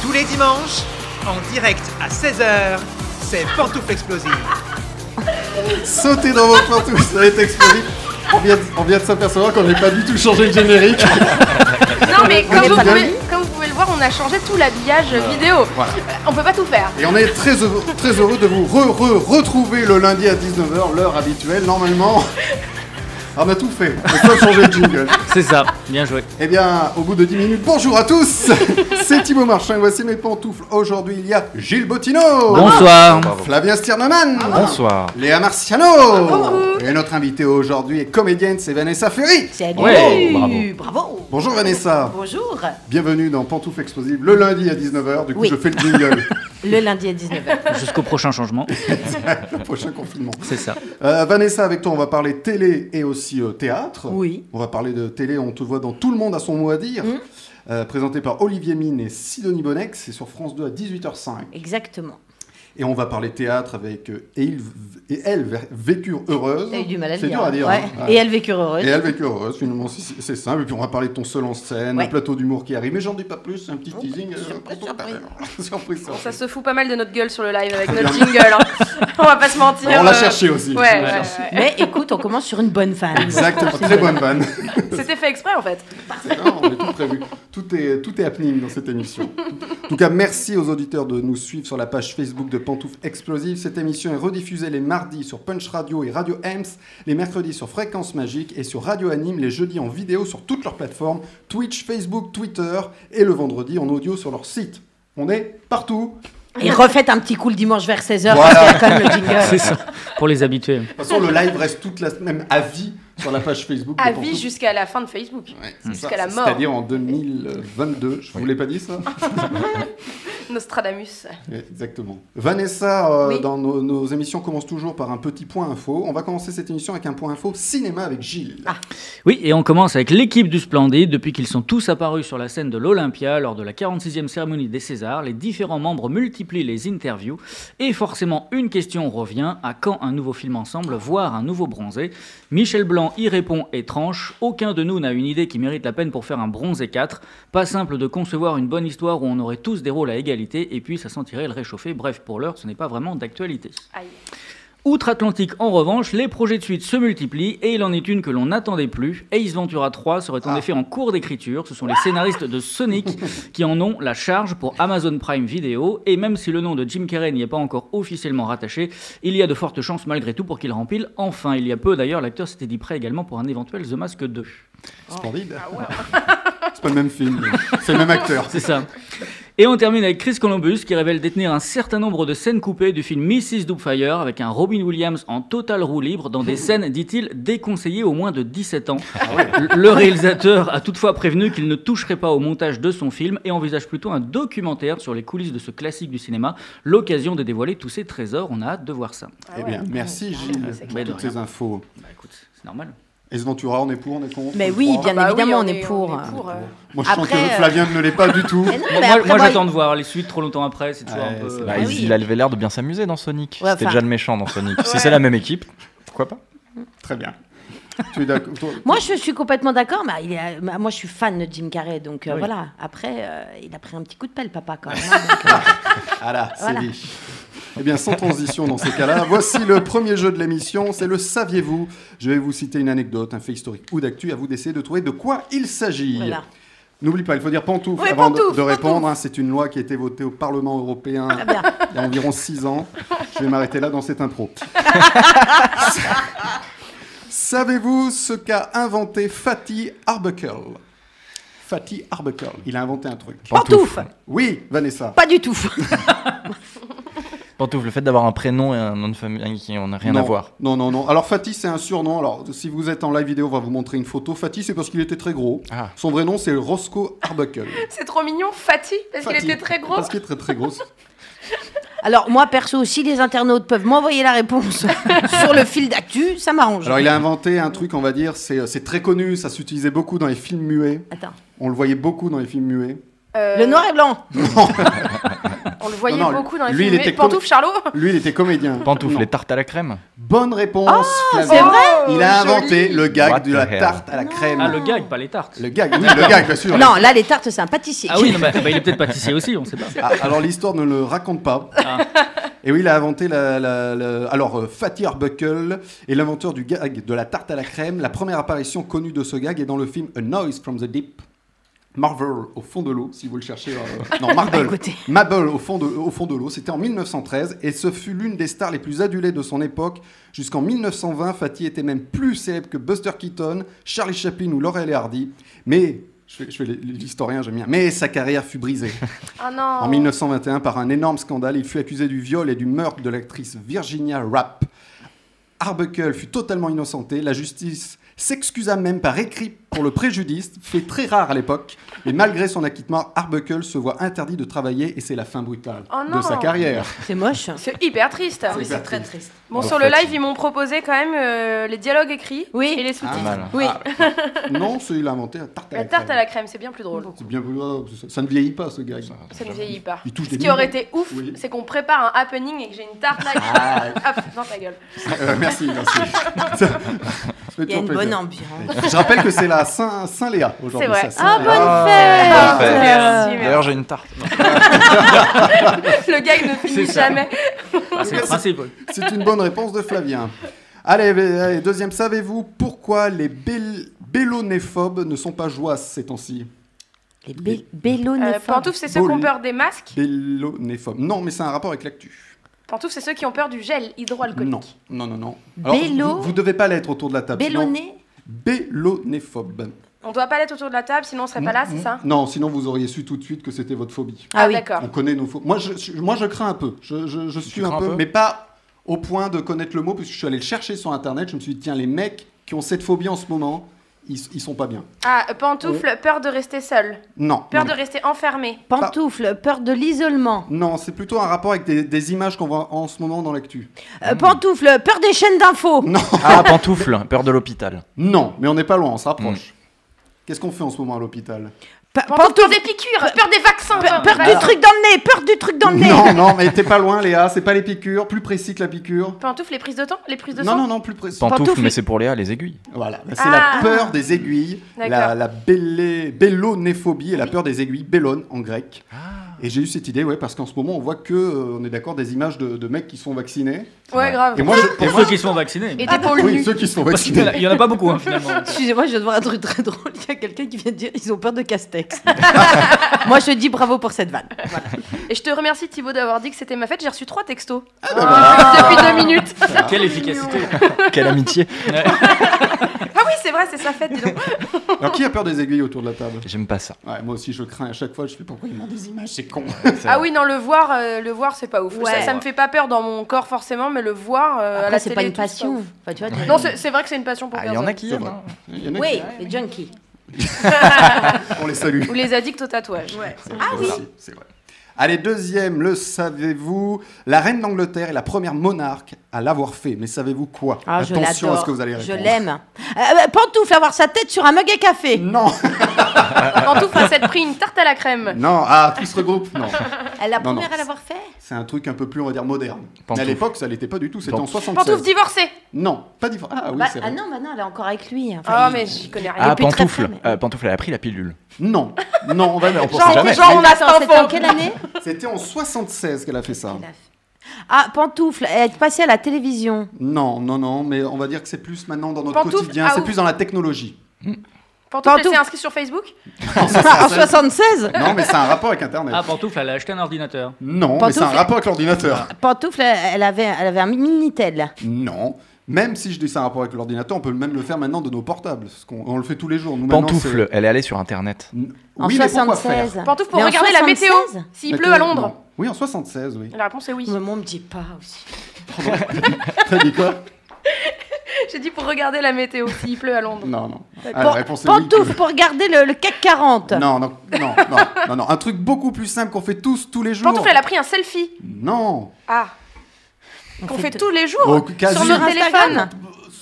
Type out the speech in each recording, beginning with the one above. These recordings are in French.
Tous les dimanches, en direct à 16h, c'est Pantoufle Explosive. Sautez dans votre pantoufle, ça va être explosif. On vient, de- on vient de s'apercevoir qu'on n'a pas du tout changé le générique. Non mais On comme est vous, pas pouvez, joli. comme vous pouvez le voir, on a changé tout l'habillage vidéo. Euh, Voilà. On peut pas tout faire. Et on est très heureux, très heureux de vous re- re- retrouver le lundi à 19h, l'heure habituelle. Normalement, Ah, on a tout fait. On peut changer de jingle. C'est ça, bien joué. Eh bien, au bout de 10 minutes, bonjour à tous C'est Thibaut Marchand et voici mes pantoufles. Aujourd'hui, il y a Gilles Bottineau Ah, Bonsoir. Flavien Stierneman Bonsoir. Léa Marciano Et notre invitée aujourd'hui est comédienne, c'est Vanessa Ferry Salut Ouais, bravo. bravo Bonjour Vanessa Bonjour Bienvenue dans Pantoufles Explosives, le lundi à 19h, du coup Oui. je fais le jingle, Le lundi à 19h. Jusqu'au prochain changement, le prochain confinement. c'est ça. Euh, Vanessa, avec toi on va parler télé et aussi euh, théâtre. Oui. Mm. On va parler de télé, on te voit dans Tout le monde a son mot à dire, euh, présenté par Olivier Mine et Sidonie Bonnec, c'est sur France 2 à 18h05. Exactement. Et on va parler théâtre avec euh, Et, ils v- et elles v- vécurent heureuses. T'as eu du mal à le C'est dire. dur à dire. Ouais. hein. Et Ouais. elles vécurent heureuses. Et elles vécurent heureuses, finalement, si- si- c'est simple. Et puis on va parler de ton seul en scène, Ouais. un plateau d'humour qui arrive. Mais j'en dis pas plus, un Oh, petit teasing. euh, pour tout à surprise. l'heure. Surprise, Ça surprise. se fout pas mal de notre gueule sur le live avec notre jingle. hein. On va pas se mentir. On l'a euh, cherché aussi. Ouais, ouais, l'a ouais. Mais écoute, on commence sur une bonne fan. Exactement, très bonne vanne. C'était fait exprès en fait. Non, on est tout prévu. Tout est, tout est happening dans cette émission. En tout cas, merci aux auditeurs de nous suivre sur la page Facebook de Pantoufles Explosives. Cette émission est rediffusée les mardis sur Punch Radio et Radio Ems, les mercredis sur Fréquence Magique et sur Radio Anime, les jeudis en vidéo sur toutes leurs plateformes, Twitch, Facebook, Twitter et le vendredi en audio sur leur site. On est partout. Et refaites un petit coup le dimanche vers 16h Voilà. parce qu'il y a quand même le jingle. C'est ça, pour les habitués. De toute façon, le live reste toute la semaine à vie sur la page Facebook. de À Pantoufles. vie jusqu'à la fin de Facebook. Ouais, c'est jusqu'à ça. la mort. C'est-à-dire en 2022. Je vous l'ai pas dit ça Nostradamus. Exactement. Vanessa, euh, Oui. dans nos, nos émissions, commence toujours par un petit point info. On va commencer cette émission avec un point info cinéma avec Gilles. Oui, et on commence avec l'équipe du Splendide. Depuis qu'ils sont tous apparus sur la scène de l'Olympia lors de la 46e cérémonie des Césars, les différents membres multiplient les interviews. Et forcément, une question revient à quand un nouveau film ensemble, voire un nouveau bronzé Michel Blanc y répond et tranche Aucun de nous n'a une idée qui mérite la peine pour faire un bronzé 4. Pas simple de concevoir une bonne histoire où on aurait tous des rôles à égalité et puis ça sentirait le réchauffer. Bref, pour l'heure, ce n'est pas vraiment d'actualité. Aïe. Outre-Atlantique, en revanche, les projets de suite se multiplient et il en est une que l'on n'attendait plus. Ace Ventura 3 serait en effet en cours d'écriture. Ce sont les scénaristes de Sonic qui en ont la charge pour Amazon Prime Video. Et même si le nom de Jim Carrey n'y est pas encore officiellement rattaché, il y a de fortes chances malgré tout pour qu'il rempile enfin. Il y a peu d'ailleurs, l'acteur s'était dit prêt également pour un éventuel The Mask 2. Splendide. C'est pas le même film, c'est le même acteur. C'est ça. Et on termine avec Chris Columbus qui révèle détenir un certain nombre de scènes coupées du film Mrs. Doubtfire avec un Robin Williams en totale roue libre dans des scènes, dit-il, déconseillées aux moins de 17 ans. Ah Eh Le réalisateur a toutefois prévenu qu'il ne toucherait pas au montage de son film et envisage plutôt un documentaire sur les coulisses de ce classique du cinéma, l'occasion de dévoiler tous ses trésors. On a hâte de voir ça. Ah Eh ouais. bien, merci Gilles c'est pour clair. toutes Mais de ces infos. Bah écoute, c'est normal. Ace Ventura, on est pour, on est contre Ah, Mais on oui, croit bien Bah oui, évidemment, on, est pour. on est pour, euh, Moi, je sens Après, que euh, Flavien ne l'est pas du tout. Mais non, Moi, mais moi- après, moi, moi, j'attends de voir les suites trop longtemps après, c'est toujours Ouais, un peu... c'est euh, vrai. Bah, Ah il, oui. il avait l'air de bien s'amuser dans Sonic. Ouais, C'était enfin- déjà le méchant dans Sonic. Ouais. Si c'est la même équipe, pourquoi pas Très bien. Tu es d'accord toi- Moi, je suis complètement d'accord. Mais il est- moi, je suis fan de Jim Carrey. Donc euh, voilà. Après, euh, il a pris un petit coup de pelle, papa, quand même. hein, donc, euh, Ah là, c'est Voilà. dit. Eh bien, sans transition dans ces cas-là, voici le premier jeu de l'émission, c'est le Saviez-vous Je vais vous citer une anecdote, un fait historique ou d'actu, à vous d'essayer de trouver de quoi il s'agit. voilà. N'oublie pas, il faut dire pantoufle Oui, avant de- pantoufle, de, répondre. pantoufle. hein. c'est une loi qui a été votée au Parlement européen Très bien. il y a environ 6 ans. Je vais m'arrêter là dans cette impro. Savez-vous ce qu'a inventé Fatih Arbuckle Fatih Arbuckle, il a inventé un truc. Pantoufle Oui, Vanessa. Pas du tout. Pantoufle, le fait d'avoir un prénom et un nom de famille qui n'ont rien à Non. voir. Non, non, non. Alors Fatih, c'est un surnom. Alors si vous êtes en live vidéo, on va vous montrer une photo. Fatih, c'est parce qu'il était très gros. Ah. Son vrai nom, c'est Roscoe Arbuckle. C'est trop mignon, Fatih, parce qu'il Fatih. était très gros. Parce qu'il est très très gros. Alors, moi, perso, si les internautes peuvent m'envoyer la réponse sur le fil d'actu, ça m'arrange. Alors il a inventé un truc, on va dire, c'est euh, c'est très connu, ça s'utilisait beaucoup dans les films muets. Attends. On le voyait beaucoup dans les films muets. Euh, Le noir et blanc. On le voyait Non, non, beaucoup dans les lui, il films. était Mais Pantouf Charlot Lui, il était comédien. Pantoufles, Non. les tartes à la crème. Bonne réponse, Flavien. Ah, c'est vrai Il a inventé Oh, Joli. le gag What de la the hell. tarte à la crème. Ah, le gag, pas les tartes. Le gag, oui, le gag, bien sûr. Non, là, les tartes, c'est un pâtissier. Ah oui, non, bah, bah, il est peut-être pâtissier aussi, on sait pas. Ah, alors l'histoire ne le raconte pas. Ah. Et oui, il a inventé la, la- la- alors euh, Fatih Arbuckle est l'inventeur du gag de la tarte à la crème. La première apparition connue de ce gag est dans le film A Noise from the Deep. Marvel au fond de l'eau, si vous le cherchez. euh, non, Marvel. Écoutez. Mabel au fond de, au fond de l'eau, c'était en 1913 et ce fut l'une des stars les plus adulées de son époque. Jusqu'en 1920, Fatih était même plus célèbre que Buster Keaton, Charlie Chaplin ou Laurel et Hardy. Mais, je fais, je fais l'historien, j'aime bien, mais sa carrière fut brisée. Ah non. En 1921, par un énorme scandale, il fut accusé du viol et du meurtre de l'actrice Virginia Rapp. Arbuckle fut totalement innocenté. La justice s'excusa même par écrit pour le préjudice, fait très rare à l'époque. Mais malgré son acquittement, Arbuckle se voit interdit de travailler et c'est la fin brutale Oh non. de sa carrière. C'est moche. C'est hyper triste. Oui, c'est très triste. Bon, En sur le fait, live, ils m'ont proposé quand même euh, les dialogues écrits Oui. et les Ah, sous-titres. mal. Oui. Ah, non, c'est il a inventé la tarte à la, la tarte à crème. la crème, c'est bien plus drôle. C'est bien oh, ça- ça ne vieillit pas ce gars. Ça ne vieillit pas. Il touche Ce des qui aurait millions. été ouf, Oui. c'est qu'on prépare un happening et que j'ai une tarte là. Ah, Ah, non, ta gueule. euh, merci, merci. Ça- ça fait Il y a toujours une plaisir. bonne ambiance. Je rappelle que c'est la Saint- Saint-Léa aujourd'hui. ça, vrai. Ah, Saint-Léa. Ah, bonne bonne fête fête. Ah, Merci, merci. D'ailleurs, j'ai une tarte. Le gag ne finit ça. jamais. Ah, c'est le principe. oui. C'est une bonne réponse de Flavien. Allez, euh, allez, deuxième, savez-vous pourquoi les bél- bélonéphobes ne sont pas joyeuses ces temps-ci Les bé- Euh, bélonéphores. Pantouf, c'est ceux qui Bol. ont peur des masques. Bélonéphobes. Non, mais c'est un rapport avec l'actu. Pantouf, c'est ceux qui ont peur du gel Non, hydroalcoolique. non, non, non. Bélo- vous, vous devez pas l'être autour de Ah, la table. sinon- Bélonais Bélonéphobes. On doit pas l'être autour de la table, sinon on serait pas là, c'est ça Non, sinon vous auriez su tout de suite que c'était votre phobie. Ah oui. d'accord. On connaît nos phobies. Moi, je, je- moi, je crains un peu. Je, je- je suis crains un un peu, peu mais pas au point de connaître le mot, puisque je suis allé le chercher sur Internet. Je me suis dit, tiens, les mecs qui ont cette phobie en ce moment, ils, ils sont pas bien. Ah, euh, pantoufle, peur de rester seul, Non. peur non, de rester enfermé. Pantoufle, peur de l'isolement. Non, c'est plutôt un rapport avec des, des images qu'on voit en ce moment dans l'actu. Euh, pantoufle, peur des chaînes d'infos. Non, Ah, pantoufles, peur de l'hôpital. non, mais on n'est pas loin, on se rapproche. Qu'est-ce qu'on fait en ce moment à l'hôpital Pa- Pantoufle, peur pantoufle, des piqûres, peur des vaccins. peur, peur du truc dans le nez, peur du truc dans le nez. Non, non, mais t'es pas loin, Léa, c'est pas les piqûres, plus précis que la piqûre. Pantoufle, les prises de temps, les prises de Non, sang. non, non, plus précis. Pantoufles, Pantoufles. mais c'est pour Léa, les aiguilles. Voilà, bah, c'est Ah. la peur des aiguilles, la, D'accord. la bélé- bélonéphobie et la peur des aiguilles, bélone en grec. Et j'ai eu cette idée, ouais, parce qu'en ce moment, on voit que, euh, on est d'accord, des images de, de mecs qui sont vaccinés. Ouais, grave. Et moi, bah. je- Pour et ceux moi- qui se font vacciner. Et des pôles oui, nus. ceux qui sont Parce qu'il y en vaccinés. a- il y en a pas beaucoup, hein, finalement. Excusez-moi, je viens de voir un truc très drôle. Il y a quelqu'un qui vient de dire ils ont peur de Castex. Moi, je dis bravo pour cette vanne. Euh, Et je te remercie Thibaut d'avoir dit que c'était ma fête, j'ai reçu trois textos Ah, bah, voilà. depuis deux minutes. Quelle efficacité. Quelle amitié. Ah oui, c'est vrai, c'est sa fête, dis donc. Alors, qui a peur des aiguilles autour de la table J'aime pas ça. Ouais, moi aussi, je crains à chaque fois. Je fais pourquoi ils m'ont des images, c'est con. Ah oui, non, le voir, euh, le voir, c'est pas ouf. Ouais. Ça, ça me fait pas peur dans mon corps forcément, mais le voir euh, à Après, la c'est télé, pas une tout, passion. Enfin, tu vois, tu- Non, c'est c'est vrai que c'est une passion pour Ah, il y en personne. a qui aiment. hein. Il y en a Oui, les junkies. qui- on les salue. Ou les addicts au tatouage. Ah oui C'est vrai. Allez, deuxième, le savez-vous La reine d'Angleterre est la première monarque à l'avoir fait. Mais savez-vous quoi Ah, je Attention à l'adore. ce que vous allez Je répondre. l'aime. Euh, bah, pantoufle, avoir sa tête sur un mug à café. Non Pantoufle à s'être pris une tarte à la crème. Non, ah, tout se regroupe Non. Elle la Non, première non. à l'avoir fait. C'est un truc un peu plus, on va dire, moderne. Mais à Pantoufle. l'époque, ça l'était pas du tout. C'était en Pantoufle. 76. Pantoufle divorcée. Non, pas différent. Ah oui, Bah, c'est ah vrai. non, bah non, elle est encore avec lui. Enfin, Ah, il- mais j'y connais rien. Ah, depuis très, pantoufle. très, mais- Euh, pantoufle, elle a pris la pilule. Non, non, on va on pense Genre, jamais. genre, on a cette Attends, c'était en info. quelle année C'était en 76 qu'elle a fait ça. Ah, pantoufle, être passée à la télévision. Non, non, non, mais on va dire que c'est plus maintenant dans notre Pantoufle quotidien, à ah c'est ouf. plus dans la technologie. Pantoufle, elle Pantoufle. s'est inscrite sur Facebook en 76 Non, mais c'est un rapport avec Internet. Ah, Pantoufle, elle a acheté un ordinateur. non, mais Pantoufle- c'est un rapport avec l'ordinateur. Pantoufle, elle avait, elle avait un Minitel. Non. Même si je dis ça un rapport avec l'ordinateur, on peut même le faire maintenant de nos portables. Parce qu'on on le fait tous les jours. Nous, Bah maintenant, Pantoufle, elle est allée sur internet. c'est- N- En oui, mais pourquoi faire 76. Pantoufle pour Bah, Mais en regarder la météo 76? s'il Mais pleut que- à Londres. non. Oui, en 76, oui. La réponse est oui. Mais moi, on me dit pas aussi. T'as dit quoi J'ai dit pour regarder la météo s'il pleut à Londres. Non, non. Ah, la Pan- réponse est oui, pantoufle pour regarder le, le CAC 40. que- Non, non, non, non, non, non. Un truc beaucoup plus simple qu'on fait tous, tous les jours. Pantoufle, elle a pris un selfie. Non. Ah. Qu'on fait tous les jours Bon, quasi. Oh, sur nos Sur téléphones. Instagram.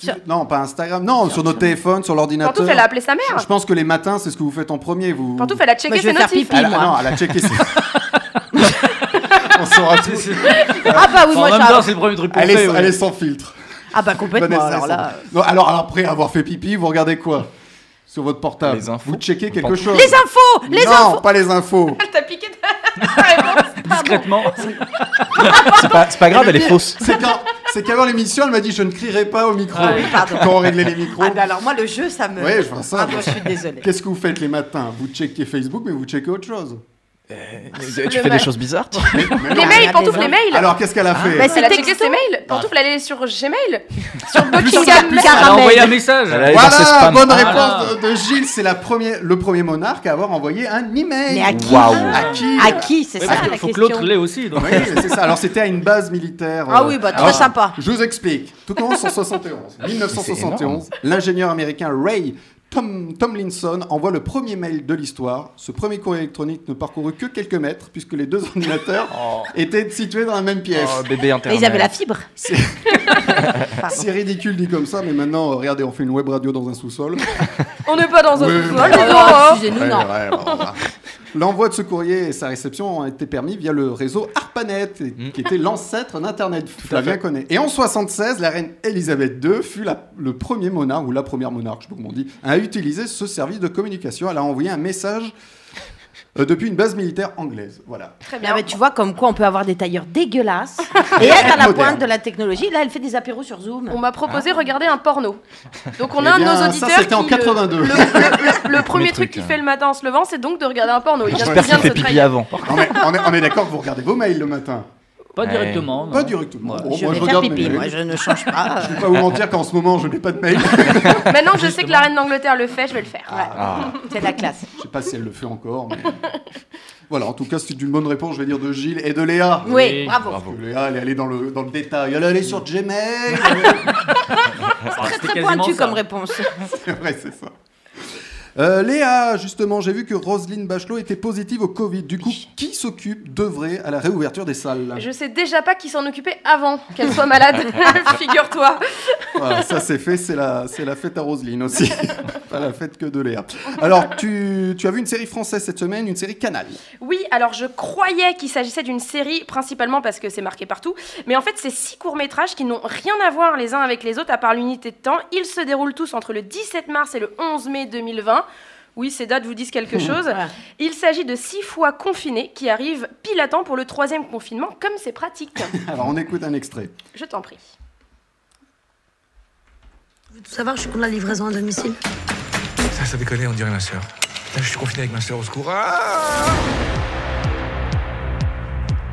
Sur- Non, pas Instagram. Non, sur, nos téléphones, sur l'ordinateur. Pantoufle, elle a appelé sa Je mère. pense que les matins, c'est ce que vous faites en premier. Vous... Pantoufle, elle a checké Moi, je ses vais faire notifs. pipi. Elle a- moi. Non, elle a checké ses... On saura tout. Ah bah oui, en moi même temps, ça. c'est le premier truc qu'on Elle est, fait. euh, ouais. elle est sans filtre. Ah bah complètement. Vanessa est Alors sans là. filtre. Non, alors, alors, après avoir fait pipi, vous regardez quoi Sur votre portable Les infos. Vous checkez Vous quelque pensez- chose Les infos, les Non, infos. pas les infos. Elle t'a piqué ta ta réponse. Pardon. Discrètement. C'est pas, c'est pas grave, elle est fausse. C'est quand- c'est qu'avant l'émission, elle m'a dit je ne crierai pas au micro. Ah oui, pardon. Quand on réglait les micros. Ah bah alors moi le jeu ça me. Ouais, je vois ça, Ah, je moi vois je suis désolée. Qu'est-ce que vous faites les matins Vous checkez Facebook, mais vous checkez autre chose. Tu fais des choses bizarres toi Les mails, pantoufle, les mails. Alors qu'est-ce qu'elle a fait bah, Elle a C'est checké texto ses mails. Pantoufle, elle est sur Gmail. Sur Plus Buckingham. qu'à- plus qu'à Elle a envoyé un Ramel. message. Elle a- dans ses Voilà, spams. bonne Ah. réponse de, de Gilles. C'est la première, le premier monarque à avoir envoyé un email. Mais à qui Waouh. À qui À qui c'est Ouais, ça parce la que faut que question. l'autre l'ait aussi. donc. Oui, c'est ça. Alors c'était à une base militaire. Ah euh, oui, bah, très alors, sympa. Je vous explique. Tout commence en 71. 1971, l'ingénieur américain Ray Tom- Tomlinson envoie le premier mail de l'histoire. Ce premier courrier électronique ne parcourut que quelques mètres puisque les deux ordinateurs Oh, étaient situés dans la même pièce. oh, bébé Mais internet. ils avaient la fibre. C'est ridicule dit comme ça, mais maintenant, euh, regardez, on fait une web radio dans un sous-sol. On n'est pas dans un Oui, oui. Oh, sous-sol, dis donc, hein. Excusez-nous, Ouais, non. ouais, ouais, ouais. L'envoi de ce courrier et sa réception ont été permis via le réseau ARPANET, et- Mm. qui était l'ancêtre d'Internet. Flavien connaît. Et en 76, la reine Elisabeth II fut la- le premier monarque, ou la première monarque, je sais pas comment on dit, à utiliser ce service de communication. Elle a envoyé un message euh, depuis une base militaire anglaise. Voilà. Très Non, bien. Ah, mais tu vois comme quoi on peut avoir des tailleurs dégueulasses et être à la Moderne. pointe de la technologie. Là, elle fait des apéros sur Zoom. On m'a proposé de regarder un porno. Donc on Eh a un de bien, nos ça, auditeurs c'était en qui, euh, 82. Le, le- le- le premier truc truc, qu'il hein. fait le matin en se levant, c'est donc de regarder un porno. Il vient J'espère bien qu'il de se fait pipi trahir. avant. Non, mais on est, on est d'accord que vous regardez vos mails le matin. Pas Ouais. directement. non. Pas directement. Ouais. Bon, je moi, vais je faire regarde mes pipi, moi mails. je ne change pas. Je vais pas vous mentir qu'en ce moment, je n'ai pas de mail. Maintenant que je sais que la reine d'Angleterre le fait, je vais le faire. Ouais, Ah, C'est la classe. Je sais pas si elle le fait encore, mais. voilà, en tout cas, c'est une bonne réponse, je vais dire, de Gilles et de Léa. Oui, Oui, bravo. bravo. Parce que Léa, elle est allée dans le, dans le détail. Elle est allée sur Gmail. Ouais, Ah, Très c'était très quasiment pointu ça. comme réponse. c'est vrai, c'est ça. Euh, Léa, justement, j'ai vu que Roselyne Bachelot était positive au Covid. Du coup, qui s'occupe d'œuvrer à la réouverture des salles Je sais déjà pas qui s'en occupait avant qu'elle soit malade, figure-toi. Voilà, ça c'est fait, c'est la, c'est la fête à Roselyne aussi. Pas la fête que de Léa. Alors, tu, tu as vu une série française cette semaine, une série Canal. Oui, alors je croyais qu'il s'agissait d'une série, principalement parce que c'est marqué partout, mais en fait c'est six courts-métrages qui n'ont rien à voir les uns avec les autres à part l'unité de temps. Ils se déroulent tous entre le 17 mars et le 11 mai 2020. Oui, ces dates vous disent quelque chose. Voilà. Il s'agit de six fois confinés qui arrivent pile à temps pour le troisième confinement, comme c'est pratique. Alors, on écoute un extrait. Je t'en prie. Vous savoir, je suis contre la livraison à domicile. Ça, ça déconne, on dirait ma soeur. Là, je suis confiné avec ma soeur au secours. Ah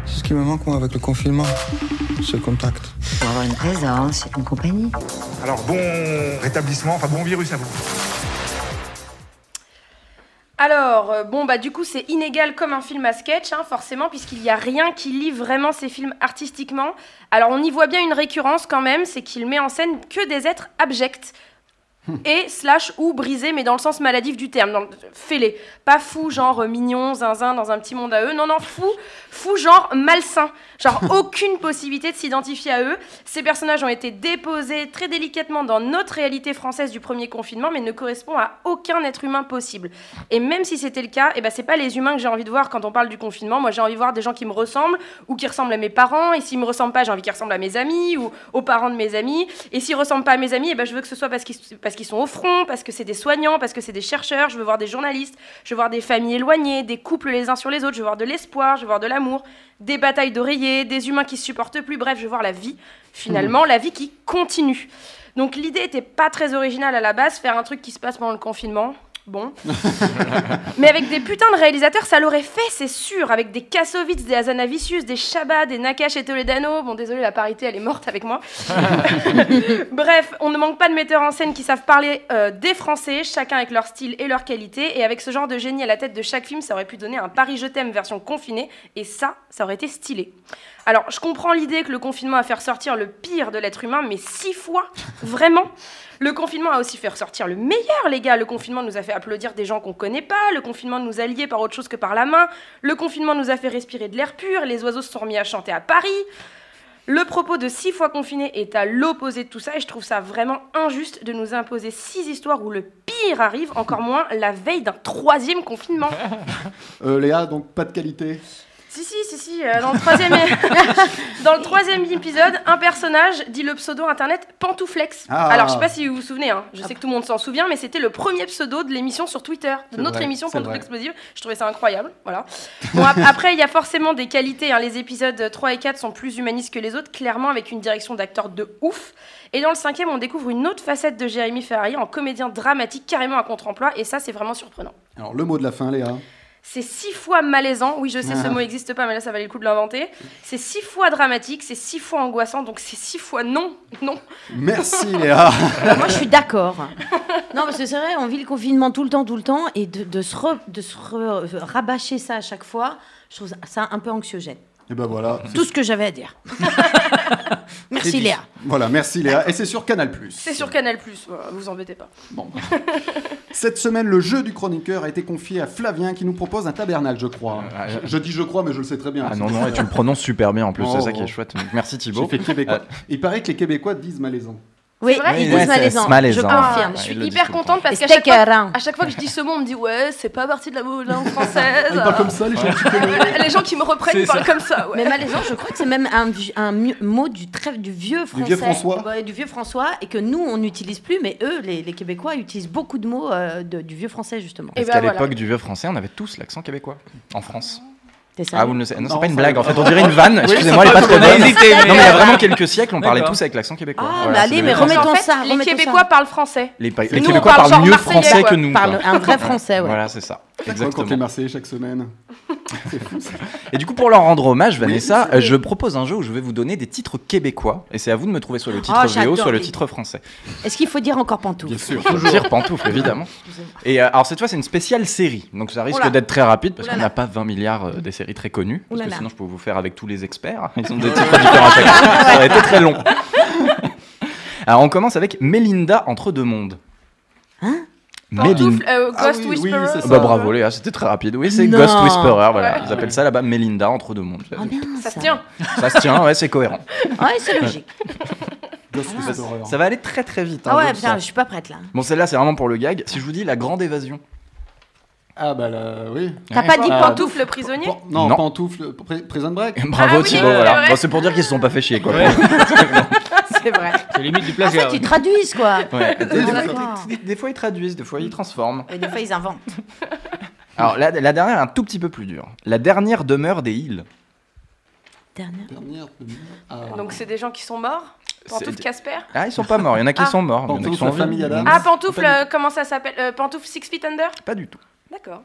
C'est ce qui me manque, moi, avec le confinement. Ce contact. Faut avoir une présence, une compagnie. Alors, bon rétablissement, enfin bon virus à vous. Alors, euh, bon, bah du coup, c'est inégal comme un film à sketch, hein, forcément, puisqu'il n'y a rien qui lie vraiment ces films artistiquement. Alors, on y voit bien une récurrence quand même, c'est qu'il met en scène que des êtres abjects. Et slash ou brisés, mais dans le sens maladif du terme, dans le fêlés. Pas fou, genre euh, mignon, zinzin, dans un petit monde à eux. Non, non, fou, fou, genre malsain. Genre aucune possibilité de s'identifier à eux. Ces personnages ont été déposés très délicatement dans notre réalité française du premier confinement, mais ne correspondent à aucun être humain possible. Et même si c'était le cas, eh ben, c'est pas les humains que j'ai envie de voir quand on parle du confinement. Moi, j'ai envie de voir des gens qui me ressemblent ou qui ressemblent à mes parents. Et s'ils me ressemblent pas, j'ai envie qu'ils ressemblent à mes amis ou aux parents de mes amis. Et s'ils ressemblent pas à mes amis, eh ben, je veux que ce soit parce qu'ils parce qu'ils sont au front, parce que c'est des soignants, parce que c'est des chercheurs. Je veux voir des journalistes, je veux voir des familles éloignées, des couples les uns sur les autres. Je veux voir de l'espoir, je veux voir de l'amour, des batailles d'oreillers, des humains qui se supportent plus. Bref, je veux voir la vie. Finalement, la vie qui continue. Donc l'idée était pas très originale à la base, faire un truc qui se passe pendant le confinement. Bon. Mais avec des putains de réalisateurs, ça l'aurait fait, c'est sûr. Avec des Kassovitz, des Hazanavicius, des Chabat, des Nakache et Toledano. Bon, désolé, la parité, elle est morte avec moi. Bref, on ne manque pas de metteurs en scène qui savent parler euh, des Français, chacun avec leur style et leur qualité. Et avec ce genre de génie à la tête de chaque film, ça aurait pu donner un Paris Je t'aime version confinée. Et ça, ça aurait été stylé. Alors, je comprends l'idée que le confinement a fait ressortir le pire de l'être humain, mais six fois Vraiment Le confinement a aussi fait ressortir le meilleur, les gars. Le confinement nous a fait applaudir des gens qu'on connaît pas. Le confinement nous a liés par autre chose que par la main. Le confinement nous a fait respirer de l'air pur. Les oiseaux se sont remis à chanter à Paris. Le propos de six fois confiné est à l'opposé de tout ça et je trouve ça vraiment injuste de nous imposer six histoires où le pire arrive, encore moins la veille d'un troisième confinement. Euh, Léa, donc pas de qualité. Si, Si, si, si, si. euh, dans, le troisième... dans le troisième épisode, un personnage dit le pseudo internet Pantouflex. Ah. Alors, je sais pas si vous vous souvenez, hein. je sais que tout le monde s'en souvient, mais c'était le premier pseudo de l'émission sur Twitter, de C'est notre vrai, émission c'est Pantouflex vrai. Explosive. Je trouvais ça incroyable. Voilà. Bon, ap- après, il y a forcément des qualités. hein. Les épisodes 3 et 4 sont plus humanistes que les autres, clairement, avec une direction d'acteur de ouf. Et dans le cinquième, on découvre une autre facette de Jérémy Ferrari en comédien dramatique, carrément à contre-emploi, et ça, c'est vraiment surprenant. Alors, le mot de la fin, Léa. C'est six fois malaisant. Oui, je sais, ce Ah. mot n'existe pas, mais là, ça valait le coup de l'inventer. C'est six fois dramatique, c'est six fois angoissant, donc c'est six fois non, non. Merci, Léa. Bah, moi, je suis d'accord. Non, parce que c'est vrai, on vit le confinement tout le temps, tout le temps, et de, de se, re- de se re- rabâcher ça à chaque fois, je trouve ça un peu anxiogène. Et ben voilà. c'est- Tout ce que j'avais à dire. Merci Léa. Voilà, merci Léa. Et c'est sur Canal+. C'est sur Canal+, voilà, vous embêtez pas. Cette semaine, le jeu du chroniqueur a été confié à Flavien qui nous propose un tabernacle, je crois. Ah, Je, je dis je crois, mais je le sais très bien. Ah non, non, et tu le prononces super bien en plus, Oh, c'est ça qui oh. est chouette. Donc, Merci J'ai Thibaut. Euh. fait québécois. Il paraît que les Québécois disent malaisant. Oui, C'est vrai ils disent Ouais, c'est- malaisant. c'est malaisant. Je Ah, confirme. je Ouais, suis il le dit hyper tout le contente parce qu'à C'était chaque, fois, écœurant. à chaque fois que je dis ce mot, on me dit ouais, c'est pas parti de la langue française. Ils parlent comme ça, les gens. Les gens qui me reprennent C'est ils parlent comme ça. Mais Ouais. malaisant, je crois que c'est même un, vi- un mi- mot du, très, du vieux français. vieux François. Ouais, du vieux François, et que nous, on n'utilise plus, mais eux, les, les Québécois, utilisent beaucoup de mots euh, de- du vieux français, justement. Et Parce ben qu'à voilà. l'époque du vieux français, on avait tous l'accent québécois en France. T'es sérieux Ah, vous ne le savez. Non, Non, c'est pas une ça- blague en fait. On dirait une vanne. Excusez-moi, elle est ça pas va, très on a bonne. hésité, Non, mais il y mais- a vraiment quelques siècles, on parlait D'accord. tous avec l'accent québécois. Ah, Voilà, mais c'est allez, mais devenu- remettons- en fait, ça, les remettons Québécois ça. parlent français. Les, pa- Nous, les on Québécois parle parlent genre mieux marseillais, français quoi. que nous. Parle quoi. un vrai français, ouais. Voilà, c'est ça. Exactement. Quand Exactement. les Marseillais chaque semaine. Et du coup, pour leur rendre hommage, Vanessa, c'est vrai. euh, je propose un jeu où je vais vous donner des titres québécois. Et c'est à vous de me trouver soit le titre Ah, VO, soit j'adore le les- titre français. Est-ce qu'il faut dire encore pantoufle Bien sûr. Faut le dire pantoufle, évidemment. Et euh, alors, cette fois, c'est une spéciale série. Donc, ça risque Oula. d'être très rapide parce Oula qu'on là. n'a pas 20 milliards euh, des séries très connues. Parce que Oula là. sinon, je peux vous faire avec tous les experts. Ils ont des titres différents à chaque fois. Ça aurait été très long. Alors, on commence avec Melinda entre deux mondes. Hein Melinda. Pantoufle, euh, Ah Ghost oui, oui, Whisperer. c'est ça. Bah bravo Léa, c'était très rapide. Oui, c'est Non. Ghost Whisperer, voilà. Ouais. Ils appellent ça là-bas Melinda entre deux mondes. Ah, bien, Ça se tient. Ça se tient, ouais, c'est cohérent. Ouais, c'est logique. Ah, Ghost Whisperer. Ça va aller très très vite. hein, Ah je ouais, le putain, sens. je suis pas prête, là. Bon, celle-là, c'est vraiment pour le gag. Si je vous dis la grande évasion. Ah bah là, oui. T'as Ouais. pas dit Ah, pantoufle Pantoufle, prisonnier. Pan- non, Non. pantoufle, pr- prison break. Bravo Ah oui, Thibaut, c'est voilà. vrai. Bon, c'est pour dire qu'ils se sont pas fait chier, quoi. Ouais. C'est vrai. C'est limite du En plagiat. fait, ouais. ils traduisent, quoi. Ouais. Mmh. Des, D'accord. fois, des- des fois, ils traduisent, des fois, ils transforment. Et des fois, ils inventent. Alors, la, la dernière est un tout petit peu plus dure. La dernière demeure des îles. Dernière. Dernière. première. Ah. Donc c'est des gens qui sont morts. Pantoufle C'est- Casper. Ah, ils sont pas morts. Il y en a qui Ah. sont morts. Il y en a qui Pantoufle, sont en vie. famille Adams. Mmh. Ah, pantoufle, euh, comment ça s'appelle Euh, Pantoufle Six Feet Under Pas du tout. D'accord.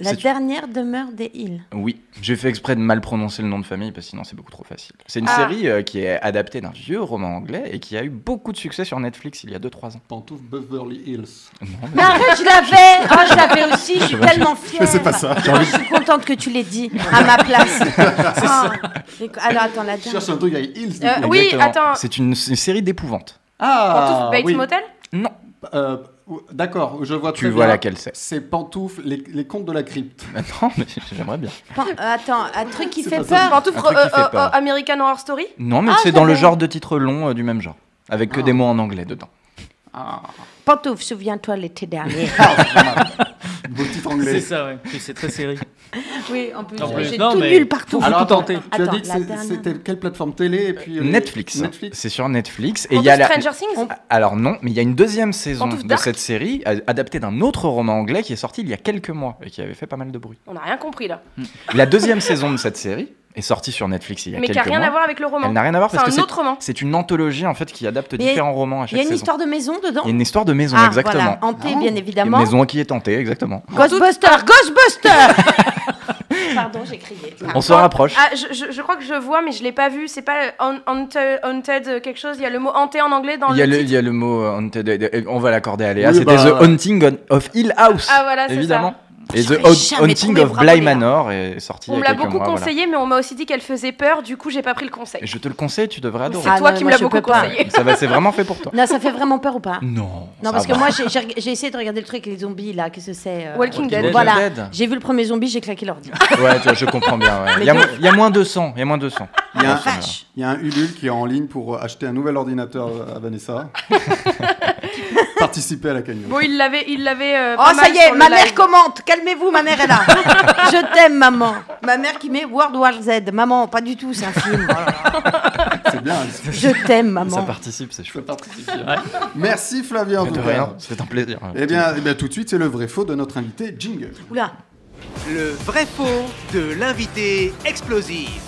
La C'est- dernière demeure des îles. Oui, j'ai fait exprès de mal prononcer le nom de famille parce que sinon c'est beaucoup trop facile. C'est une Ah. série euh, qui est adaptée d'un vieux roman anglais et qui a eu beaucoup de succès sur Netflix il y a 2-3 ans. Pantoufle Beverly Hills. Non, Mais arrête, je l'avais Oh, je l'avais aussi, je suis tellement fière Mais c'est pas ça. Oh, je suis contente que tu l'aies dit à ma place. Ah, déco- Alors, attends, la Je dernière. cherche un truc avec Hills. du Euh, coup. mais- oui, Exactement. attends. C'est une, c'est une série d'épouvante. Ah, pantoufle Bates oui. Motel Non, Euh, ou- D'accord, je vois tu très vois bien. laquelle c'est. C'est pantoufle, les, les contes de la crypte. Non, mais j'aimerais bien. Pan- euh, attends, un truc qui C'est fait pas ça. peur. Pantoufle Un truc qui euh, fait euh, peur. euh, American Horror Story Non, mais Ah, c'est dans le j'avais- genre de titre long euh, du même genre, avec Ah. que des mots en anglais dedans. Ah, Pantouf, souviens-toi l'été dernier. Beau titre C'est anglais. ça, ouais. Puis c'est très serré. oui, en plus, En plus, j'ai non, tout mais- nul partout. Alors, attends, tenter. Tu as Attends, dit que la c'est- dernière. c'était quelle plateforme télé et puis euh, Netflix. Netflix. C'est sur Netflix. Et il y a Pantoufle la. Stranger Things Alors non, mais il y a une deuxième saison Pantoufle de Dark cette série euh, adaptée d'un autre roman anglais qui est sorti il y a quelques mois et qui avait fait pas mal de bruit. On n'a rien compris là. La deuxième saison de cette série est sortie sur Netflix il y a Mais qui quelques n'a rien mois. à voir avec le roman. Elle n'a rien à voir C'est parce que un c'est autre roman. c'est une anthologie en fait qui adapte Mais différents romans à Il chaque y a une saison. histoire de maison dedans Il y a une histoire de maison Ah, exactement. voilà, hantée, bien Une évidemment. maison qui est tentée exactement. Ghostbuster, Ghostbuster Pardon, j'ai crié. On se rapproche. Ah, je, je- je crois que je vois, mais je l'ai pas vu. C'est pas euh, Haunt- Haunted, Haunted, euh, quelque chose. Il y a le mot hanté en anglais dans Il y, a le. le, titre. il y a le mot euh, haunted, euh, euh, on va l'accorder à Léa, Oui, c'était bah, The Haunting on- of Hill House, Ah, voilà, c'est évidemment. Et The J'aurais Haunt- jamais Haunting trouvé, of bravo, Bly Léa. Manor est sorti On il me y a l'a quelques beaucoup mois, voilà. conseillé, mais on m'a aussi dit qu'elle faisait peur. Du coup, j'ai pas pris le conseil. Je te le conseille, tu devrais adorer. C'est Ah toi non, qui me moi, l'as je beaucoup peux pas. conseillé. Ça va, c'est vraiment fait pour toi. Non, ça fait vraiment peur ou pas Non. Non, ça parce que va. moi, j'ai- j'ai reg- j'ai essayé de regarder le truc avec les zombies, là. Qu'est-ce que c'est euh, Walking Dead. Voilà. Dead. J'ai vu le premier zombie, j'ai claqué l'ordi. Ouais, tu vois, je comprends bien. ouais. Il y, a, mo- il y a moins de sang. Il y a moins de sang. Il y, a Ouais, ça un, va. il y a un Ulule qui est en ligne pour euh, acheter un nouvel ordinateur euh, à Vanessa. participer à la cagnotte. Bon, il l'avait, il l'avait. euh, Oh, pas ça mal y est, sur le ma mère live. commente. Calmez-vous, ma mère est là. Je t'aime, maman. Ma mère qui met World War Z. Maman, pas du tout, c'est un film. Oh là là. C'est bien. hein. Je t'aime, Ça maman. participe, c'est chouette. Merci Flavien. en tout De cas. rien, c'est un plaisir. Eh bien, eh bien, tout de suite, c'est le vrai faux de notre invité Jingle. Oula. Le vrai faux de l'invité explosif.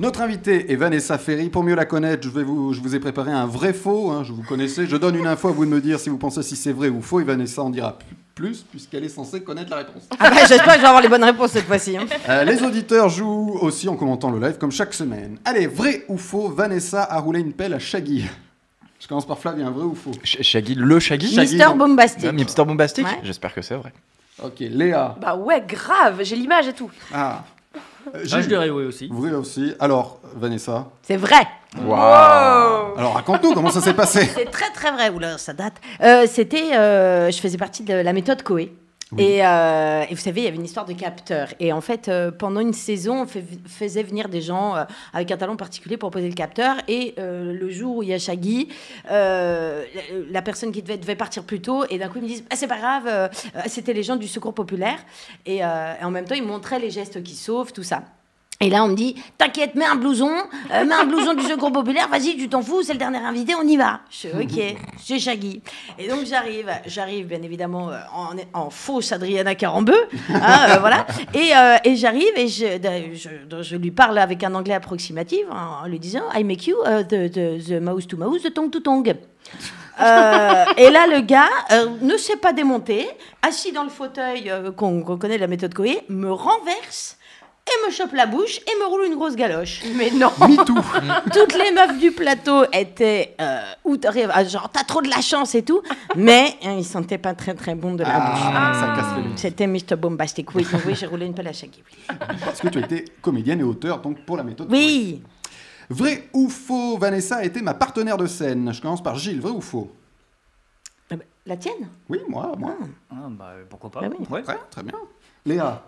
Notre invitée est Vanessa Ferry. Pour mieux la connaître, je, vais vous, je vous ai préparé un vrai faux. hein, je vous connaissais. Je donne une info à vous de me dire si vous pensez si c'est vrai ou faux. Et Vanessa en dira pu- plus, puisqu'elle est censée connaître la réponse. Ah bah, J'espère que je vais avoir les bonnes réponses cette fois-ci. hein. Euh, les auditeurs jouent aussi en commentant le live, comme chaque semaine. Allez, vrai ou faux, Vanessa a roulé une pelle à Shaggy. Je commence par Flavien, vrai ou faux Ch- Shaggy, le Shaggy Shaggy, Mister non. Ah, Bombastic. Même Hipster Bombastic Ouais. J'espère que c'est vrai. Ok, Léa. Bah ouais, grave. J'ai l'image et tout. Ah. Euh, Ah, Gilles. je dirais oui aussi. Vrai aussi. Alors, Vanessa. C'est vrai. Wow. Alors, raconte-nous comment ça s'est passé. C'est très très vrai. Oula, ça date. Euh, C'était, euh, je faisais partie de la méthode Coé. Et, euh, et vous savez, il y avait une histoire de capteur. Et en fait, euh, pendant une saison, on fait- faisait venir des gens euh, avec un talent particulier pour poser le capteur. Et euh, le jour où il y a Shaggy, euh, la, la personne qui devait, devait partir plus tôt, et d'un coup, ils me disent ah, C'est pas grave, euh, euh, c'était les gens du secours populaire. Et, euh, et en même temps, ils montraient les gestes qui sauvent, tout ça. Et là, on me dit T'inquiète, mets un blouson, euh, mets un blouson du secours populaire, vas-y, tu t'en fous, c'est le dernier invité, on y va. Je suis Ok, j'ai Shaggy. Et donc, j'arrive, j'arrive bien évidemment euh, en, en fausse Adriana Carambeu, hein, euh, voilà. Et, euh, et j'arrive et je, de- je, je lui parle avec un anglais approximatif hein, en lui disant I make you uh, the, the, the mouse to mouse, the tongue to tongue. Euh, et là, le gars euh, ne s'est pas démonté, assis dans le fauteuil euh, qu'on qu'on connaît de la méthode Coé, me renverse et me chope la bouche et me roule une grosse galoche. Mais non Me too. Toutes les meufs du plateau étaient euh, outrées, ah, genre t'as trop de la chance et tout, mais hein, ils sentaient pas très très bon de la bouche. Ah, ça casse les limites. C'était Mr. Bombastic, oui, donc oui, j'ai roulé une pelle à Shaggy, oui. Parce que tu as été comédienne et auteur, donc pour la méthode. Oui, Vrai ou faux, Vanessa a été ma partenaire de scène. Je commence par Gilles, vrai ou faux Ah bah, la tienne Oui, moi, moi. Ah, bah, euh, pourquoi pas Bah oui. ouais. Très, très bien. Léa,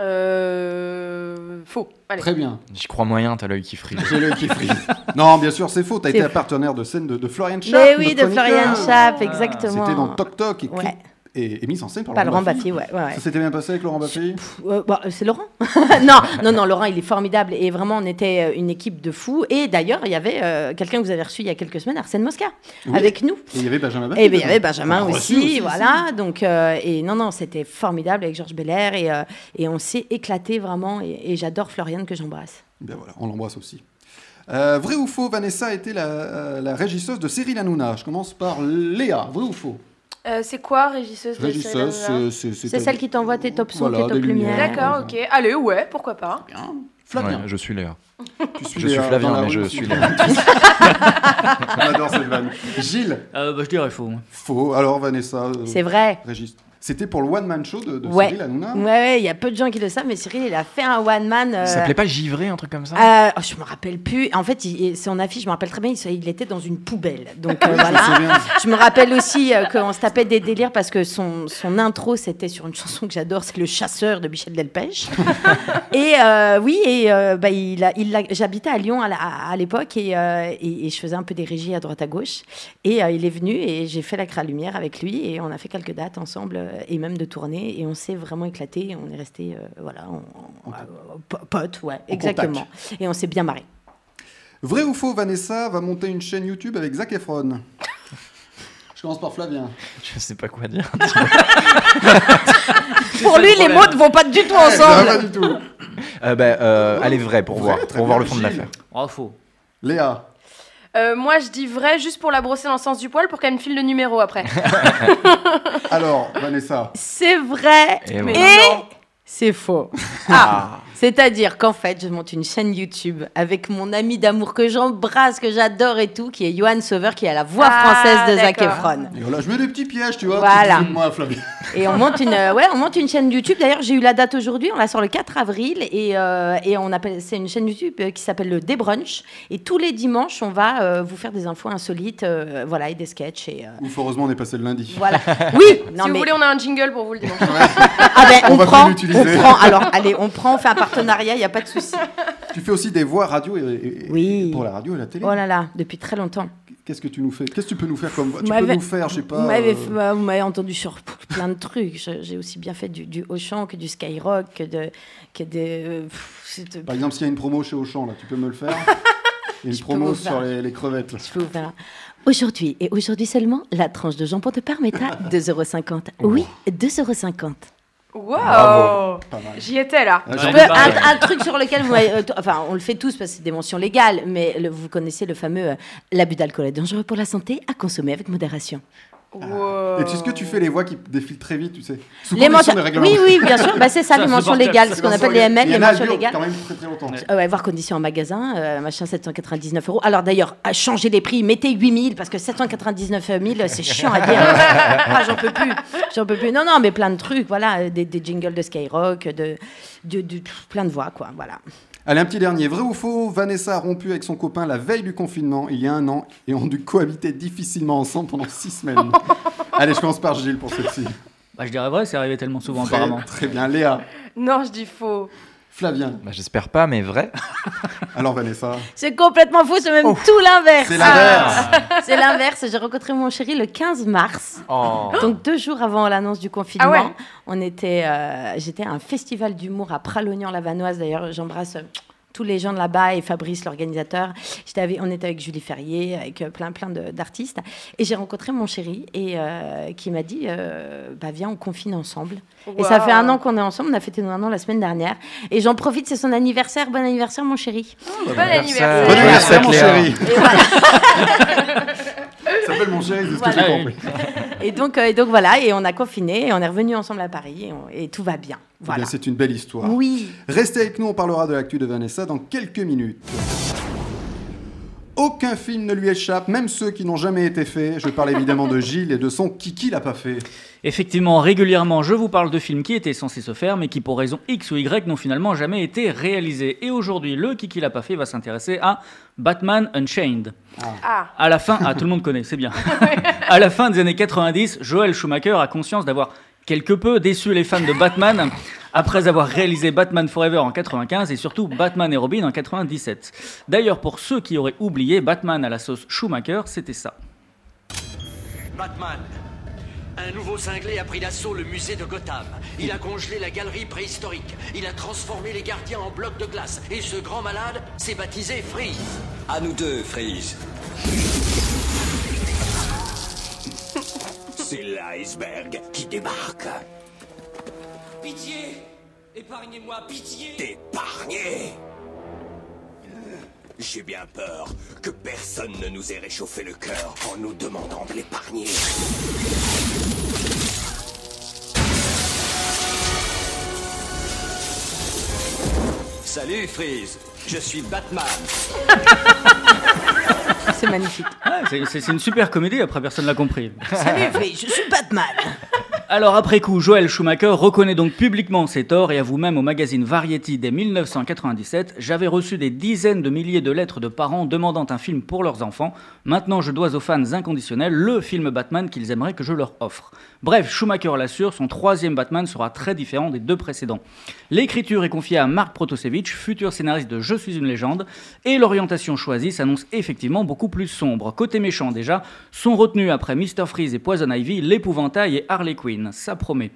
Euh, faux. Allez. très bien. J'y crois moyen, t'as l'œil qui frise. J'ai l'œil qui frise. Non, bien sûr, c'est faux. T'as C'est été la faux. partenaire de scène de, de Florian Schaap. Mais oui, de notre chroniqueur. Florian Schaap, Ah, exactement. C'était dans Toc Toc écrit Ouais. et, et mise en scène par Pas Laurent Laurent Baffy. Baffy, ouais, ouais, ouais. Ça s'était bien passé avec Laurent Baffy Euh, bah, euh, c'est Laurent. non, non, non, Laurent, il est formidable. Et vraiment, on était euh, une équipe de fous. Et d'ailleurs, il y avait euh, quelqu'un que vous avez reçu il y a quelques semaines, Arsène Mosca, Oui. Ah, avec nous. Et il y avait Benjamin Baffy. Et Eh bien, il y dedans. avait Benjamin On l'a aussi, reçu voilà. Donc, euh, et non, non, c'était formidable avec Georges Belair. Et, euh, et on s'est éclaté vraiment. Et, et j'adore Floriane que j'embrasse. Ben voilà, on l'embrasse aussi. Euh, vrai ou faux, Vanessa a été la, euh, la régisseuse de Cyril Hanouna. Je commence par Léa. Vrai ou faux Euh, c'est quoi, régisseuse de Cyril Régisseuse, Hanouna c'est- c'est C'est celle qui t'envoie tes top sons, Voilà, tes top des lumières. lumières. D'accord, ok. Allez, ouais, pourquoi pas. Bien. Flavien. je suis Léa. Tu suis Je suis Léa dans Flavien, la mais rue je aussi. suis Léa. On adore cette vanne. Gilles. Euh, bah, je dirais faux. moi. Faux. Alors, Vanessa. euh, C'est vrai. Régis. C'était pour le One Man Show de, de Ouais. Cyril Hanouna. Ouais, ouais, il y a peu de gens qui le savent, mais Cyril, il a fait un one man. euh, Ça s'appelait pas Givré, un truc comme ça Euh, oh, je me rappelle plus. En fait, il- il- son affiche, je me rappelle très bien, il, se- il était dans une poubelle. Donc euh, Je me voilà. souviens. Je me rappelle aussi euh, qu'on se tapait des délires parce que son, son intro, c'était sur une chanson que j'adore, c'est Le Chasseur de Michel Delpech. et euh, oui, et euh, bah, il a- il l'a- j'habitais à Lyon à, la- à- à l'époque et, euh, et- et je faisais un peu des régies à droite à gauche. Et euh, il est venu et j'ai fait la Cra Lumière avec lui et on a fait quelques dates ensemble euh, et même de tournées et on s'est vraiment éclaté. On est resté voilà, on, pote, ouais, En exactement. Et on s'est bien marré. Vrai ou faux, Vanessa va monter une chaîne YouTube avec Zac Efron Je commence par Flavien. Je sais pas quoi dire. Pour lui, les mots ne vont pas du tout Ah, ensemble. pas du tout. Euh, bah, euh, allez, vrai pour Vrai, voir, très pour voir bien, le fond de Gilles. l'affaire. Oh, faux. Léa. Euh, moi, je dis vrai juste pour la brosser dans le sens du poil pour qu'elle me file le numéro après. Alors, Vanessa. C'est vrai. Et Mais voilà. non. C'est faux. Ah. C'est-à-dire qu'en fait, je monte une chaîne YouTube avec mon ami d'amour que j'embrasse, que j'adore et tout, qui est Johan Sauveur, qui a la voix Ah, française de Zac d'accord. Efron. Et voilà, je mets des petits pièges, tu vois. Voilà. Moi, Flavien. Et on monte une, euh, ouais, on monte une chaîne YouTube. D'ailleurs, j'ai eu la date aujourd'hui. On la sort le 4 avril et, euh, et on appelle, c'est une chaîne YouTube euh, qui s'appelle le Débrunch. Et tous les dimanches, on va euh, vous faire des infos insolites, euh, voilà, et des sketchs et. euh, Ouf, heureusement, on est passé le lundi. voilà. Oui, non si mais vous voulez, on a un jingle pour vous le dimanche. ah ben, on on, va plus prend, l'utiliser. on prend. Alors, allez, on prend, on fait un partenariat, il y a pas de souci. Tu fais aussi des voix radio et, et- Oui. pour la radio et la télé. Oh là là, depuis très longtemps. Qu'est-ce que tu nous fais Qu'est-ce que tu peux nous faire comme voix Tu Vous peux m'avez- nous faire, je sais pas. Vous m'avez, euh, bah, vous m'avez entendu sur plein de trucs. Je- J'ai aussi bien fait du, du Auchan que du Skyrock, que de. Que de euh, pff, c'est- Par exemple, s'il y a une promo chez Auchan, là, tu peux me le faire Et une peux promo vous sur faire. les, les crevettes. là. Je peux vous faire un- Aujourd'hui, et aujourd'hui seulement, la tranche de jambon de Parmetta, 2,50€. Oh. Oui, 2,50€. Wow Pas mal. J'y étais là. Ah, j'en j'en- ai Euh, pas, ouais. bah, un, un truc sur lequel vous m'avez- euh, t- enfin on le fait tous parce que c'est des mentions légales mais le- vous connaissez le fameux euh, l'abus d'alcool est dangereux pour la santé à consommer avec modération Ah. Wow. Et tu sais ce que tu fais, les voix qui défilent très vite, tu sais Sous les condition mentions des règlements. oui oui bien sûr bah, c'est ça, Ça, les c'est mentions portable, légales ça. ce qu'on appelle les Il ML y les en a mentions durent légales quand même très très longtemps. Ouais. Euh, ouais, voir condition en magasin, euh, machin 799 euros. Alors d'ailleurs, à changer les prix, mettez 8000 parce que 799 000, c'est chiant à dire. ah, j'en peux plus, j'en peux plus. Non, non, mais plein de trucs, voilà, euh, des, des jingles de Skyrock, de, de, de- plein de voix, quoi, voilà. Allez, un petit dernier. Vrai ou faux Vanessa a rompu avec son copain la veille du confinement, il y a un an, et ont dû cohabiter difficilement ensemble pendant six semaines. Allez, je commence par Gilles pour celle-ci. Bah, je dirais vrai, c'est arrivé tellement souvent Très, apparemment. très bien. Léa, Non, je dis faux. Flavien. Bah, J'espère pas, mais vrai. Alors Vanessa, C'est complètement faux, c'est même tout l'inverse. Oh. c'est Ah. l'inverse. C'est l'inverse. J'ai rencontré mon chéri le 15 mars, Oh. donc deux jours avant l'annonce du confinement. Ah ouais. On était, euh, j'étais à un festival d'humour à Pralognan-la-Vanoise. D'ailleurs, j'embrasse euh, tous les gens de là-bas et Fabrice, l'organisateur. J'étais avec- on était avec Julie Ferrier, avec euh, plein plein de- d'artistes, et j'ai rencontré mon chéri et euh, qui m'a dit, euh, bah viens, on confine ensemble. Et ça fait un an qu'on est ensemble. On a fêté nos un an la semaine dernière, et j'en profite. C'est son anniversaire. Bon anniversaire, mon chéri. Bon anniversaire. Ah, bah, Bon Ouais. anniversaire. anniversaire mon Claire. chéri. Et voilà. Ça s'appelle mon chéri, c'est ce que Voilà. j'ai Ouais. compris. Et donc, euh, et donc voilà, et on a confiné, et on est revenu ensemble à Paris, et, on- et tout va bien. Eh bien, Voilà. C'est une belle histoire. oui. Restez avec nous, on parlera de l'actu de Vanessa dans quelques minutes. Aucun film ne lui échappe, même ceux qui n'ont jamais été faits. Je parle évidemment de Gilles et de son Kiki l'a pas fait. Effectivement, régulièrement, je vous parle de films qui étaient censés se faire, mais qui pour raison X ou Y n'ont finalement jamais été réalisés. Et aujourd'hui, le Kiki l'a pas fait va s'intéresser à Batman Unchained. Ah, À la fin, ah, tout le monde connaît, c'est bien. à la fin des années 90, Joel Schumacher a conscience d'avoir quelque peu déçu les fans de Batman après avoir réalisé Batman Forever en 95 et surtout Batman et Robin en 97. D'ailleurs, pour ceux qui auraient oublié, Batman à la sauce Schumacher, c'était ça. Batman. Un nouveau cinglé a pris d'assaut le musée de Gotham. Il a congelé la galerie préhistorique. Il a transformé les gardiens en blocs de glace. Et ce grand malade s'est baptisé Freeze. À nous deux, Freeze. C'est l'iceberg qui débarque. Pitié Épargnez-moi, pitié T'épargner J'ai bien peur que personne ne nous ait réchauffé le cœur en nous demandant de l'épargner. Salut Freeze, je suis Batman. C'est magnifique. Ouais, c'est- c'est c'est une super comédie, après personne l'a compris. Salut, Free, je suis Batman. Alors après coup, Joël Schumacher reconnaît donc publiquement ses torts et avoue même au magazine Variety dès 1997 J'avais reçu des dizaines de milliers de lettres de parents demandant un film pour leurs enfants. Maintenant, je dois aux fans inconditionnels le film Batman qu'ils aimeraient que je leur offre. Bref, Schumacher l'assure, son troisième Batman sera très différent des deux précédents. L'écriture est confiée à Marc Protosevich, futur scénariste de Je suis une légende, et l'orientation choisie s'annonce effectivement beaucoup plus sombre. Côté méchant déjà, sont retenus après Mr Freeze et Poison Ivy l'épouvantail et Harley Quinn, ça promet.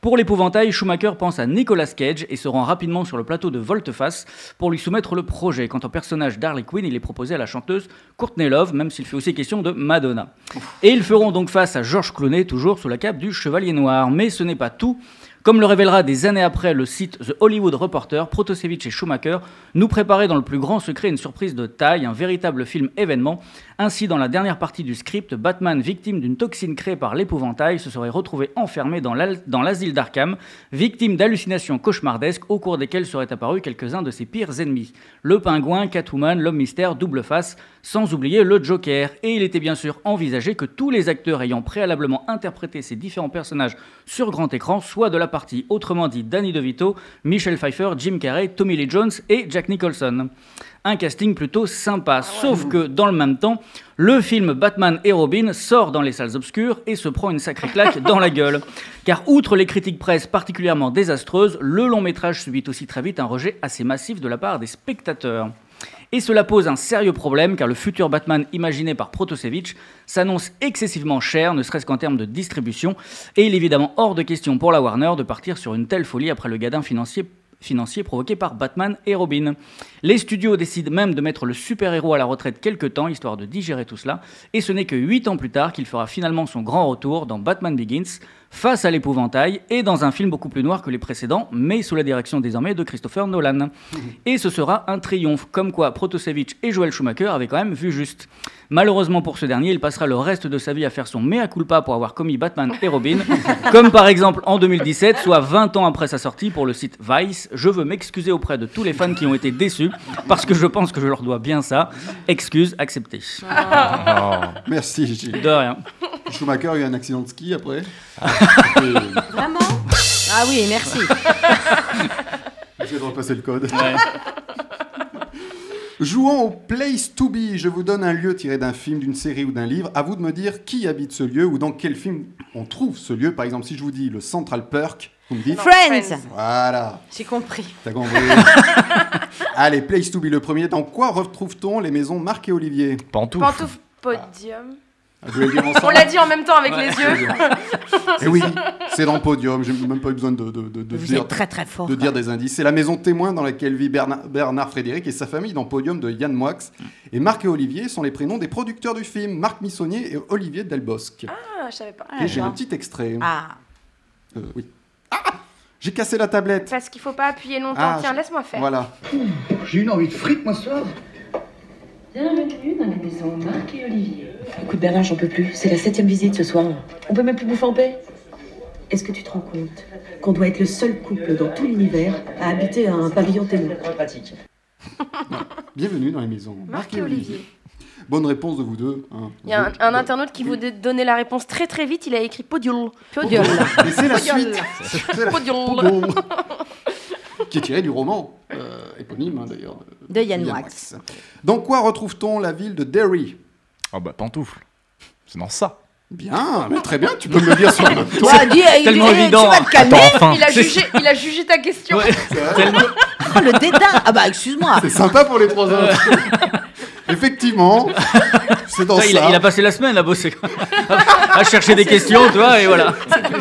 Pour l'épouvantail, Schumacher pense à Nicolas Cage et se rend rapidement sur le plateau de Volteface pour lui soumettre le projet. Quant au personnage d'Harley Quinn, il est proposé à la chanteuse Courtney Love, même s'il fait aussi question de Madonna. Et ils feront donc face à George Clooney, toujours sous la cape du Chevalier Noir. Mais ce n'est pas tout. Comme le révélera des années après le site The Hollywood Reporter, Protosevich et Schumacher nous préparaient dans le plus grand secret une surprise de taille, un véritable film événement. Ainsi, dans la dernière partie du script, Batman, victime d'une toxine créée par l'épouvantail, se serait retrouvé enfermé dans l'al- dans l'asile d'Arkham, victime d'hallucinations cauchemardesques au cours desquelles seraient apparus quelques-uns de ses pires ennemis. Le pingouin, Catwoman, l'homme mystère, double face, sans oublier le Joker. Et il était bien sûr envisagé que tous les acteurs ayant préalablement interprété ces différents personnages sur grand écran soient de la partie, autrement dit Danny DeVito, Michel Pfeiffer, Jim Carrey, Tommy Lee Jones et Jack Nicholson. Un casting plutôt sympa, sauf que dans le même temps, le film Batman et Robin sort dans les salles obscures et se prend une sacrée claque dans la gueule. Car outre les critiques presse particulièrement désastreuses, le long métrage subit aussi très vite un rejet assez massif de la part des spectateurs. Et cela pose un sérieux problème car le futur Batman imaginé par Protosevich s'annonce excessivement cher, ne serait-ce qu'en termes de distribution, et il est évidemment hors de question pour la Warner de partir sur une telle folie après le gadin financier financier provoqué par Batman et Robin. Les studios décident même de mettre le super-héros à la retraite quelque temps, histoire de digérer tout cela, et ce n'est que 8 ans plus tard qu'il fera finalement son grand retour dans Batman Begins, face à l'épouvantail, et dans un film beaucoup plus noir que les précédents, mais sous la direction désormais de Christopher Nolan. Et ce sera un triomphe, comme quoi Protosevich et Joel Schumacher avaient quand même vu juste. Malheureusement pour ce dernier, il passera le reste de sa vie à faire son mea culpa pour avoir commis Batman et Robin, comme par exemple en 2017, soit 20 ans après sa sortie pour le site Vice, je veux m'excuser auprès de tous les fans qui ont été déçus, parce que je pense que je leur dois bien ça. Excuse acceptée. Oh. Merci, Gigi. De rien. Schumacher a eu un accident de ski après. Vraiment Ah oui, merci. J'ai repassé le code. Jouons au Place to Be. Je vous donne un lieu tiré d'un film, d'une série ou d'un livre. À vous de me dire qui habite ce lieu ou dans quel film on trouve ce lieu. Par exemple, si je vous dis le Central Perk, vous me dites. Friends. Voilà. J'ai compris. T'as compris Allez, Place to Be, le premier. Dans quoi retrouve-t-on les maisons Marc et Olivier Ah, Pantouf. Pantouf podium. Je voulais dire ensemble. On l'a dit en même temps avec les yeux. Eh oui, c'est dans Podium. J'ai même pas eu besoin de, de, de- de Vous dire, êtes très très fort. de dire des indices. C'est la maison témoin dans laquelle vit Bernard, Bernard Frédéric et sa famille dans Podium de Yann Moix. Et Marc et Olivier sont les prénoms des producteurs du film, Marc Missonnier et Olivier Delbosc. Ah, je savais pas. et j'ai un petit extrait. Ah, Euh, oui. Ah J'ai cassé la tablette. Parce qu'il faut pas appuyer longtemps. Ah, Tiens, je- laisse-moi faire. Voilà. J'ai une envie de frites, moi, ce soir. Bienvenue dans la maison Marc et Olivier. Écoute Bernard, j'en peux plus. C'est la septième visite ce soir. On peut même plus bouffer en paix. Est-ce que tu te rends compte qu'on doit être le seul couple dans tout l'univers à habiter un pavillon témoin Bienvenue dans les maisons. Marc et Olivier. Bonne réponse de vous deux. hein. Il y a un, Vous- un internaute qui voulait donner la réponse très très vite. Il a écrit podium. podium. Et c'est la suite. C'est la- Podium. Podium. Qui est tiré du roman euh, éponyme hein, d'ailleurs. de- De Yann Yann Wax. Wax. Dans quoi retrouve-t-on la ville de Derry Ah bah pantoufle. C'est dans ça. Bien, mais très bien, tu peux me le dire sur le Toi, dis, eh, tellement eh, évident, Tu vas hein. te calmer. Attends, enfin. Il a jugé, il a jugé ta question. Ouais, tellement- Oh, le dédain. Ah bah, excuse-moi. C'est sympa pour les trois autres. Effectivement, c'est dans Ça, ça. il, a, il a passé la semaine à bosser, quoi. à, à chercher des questions, tu vois, et voilà.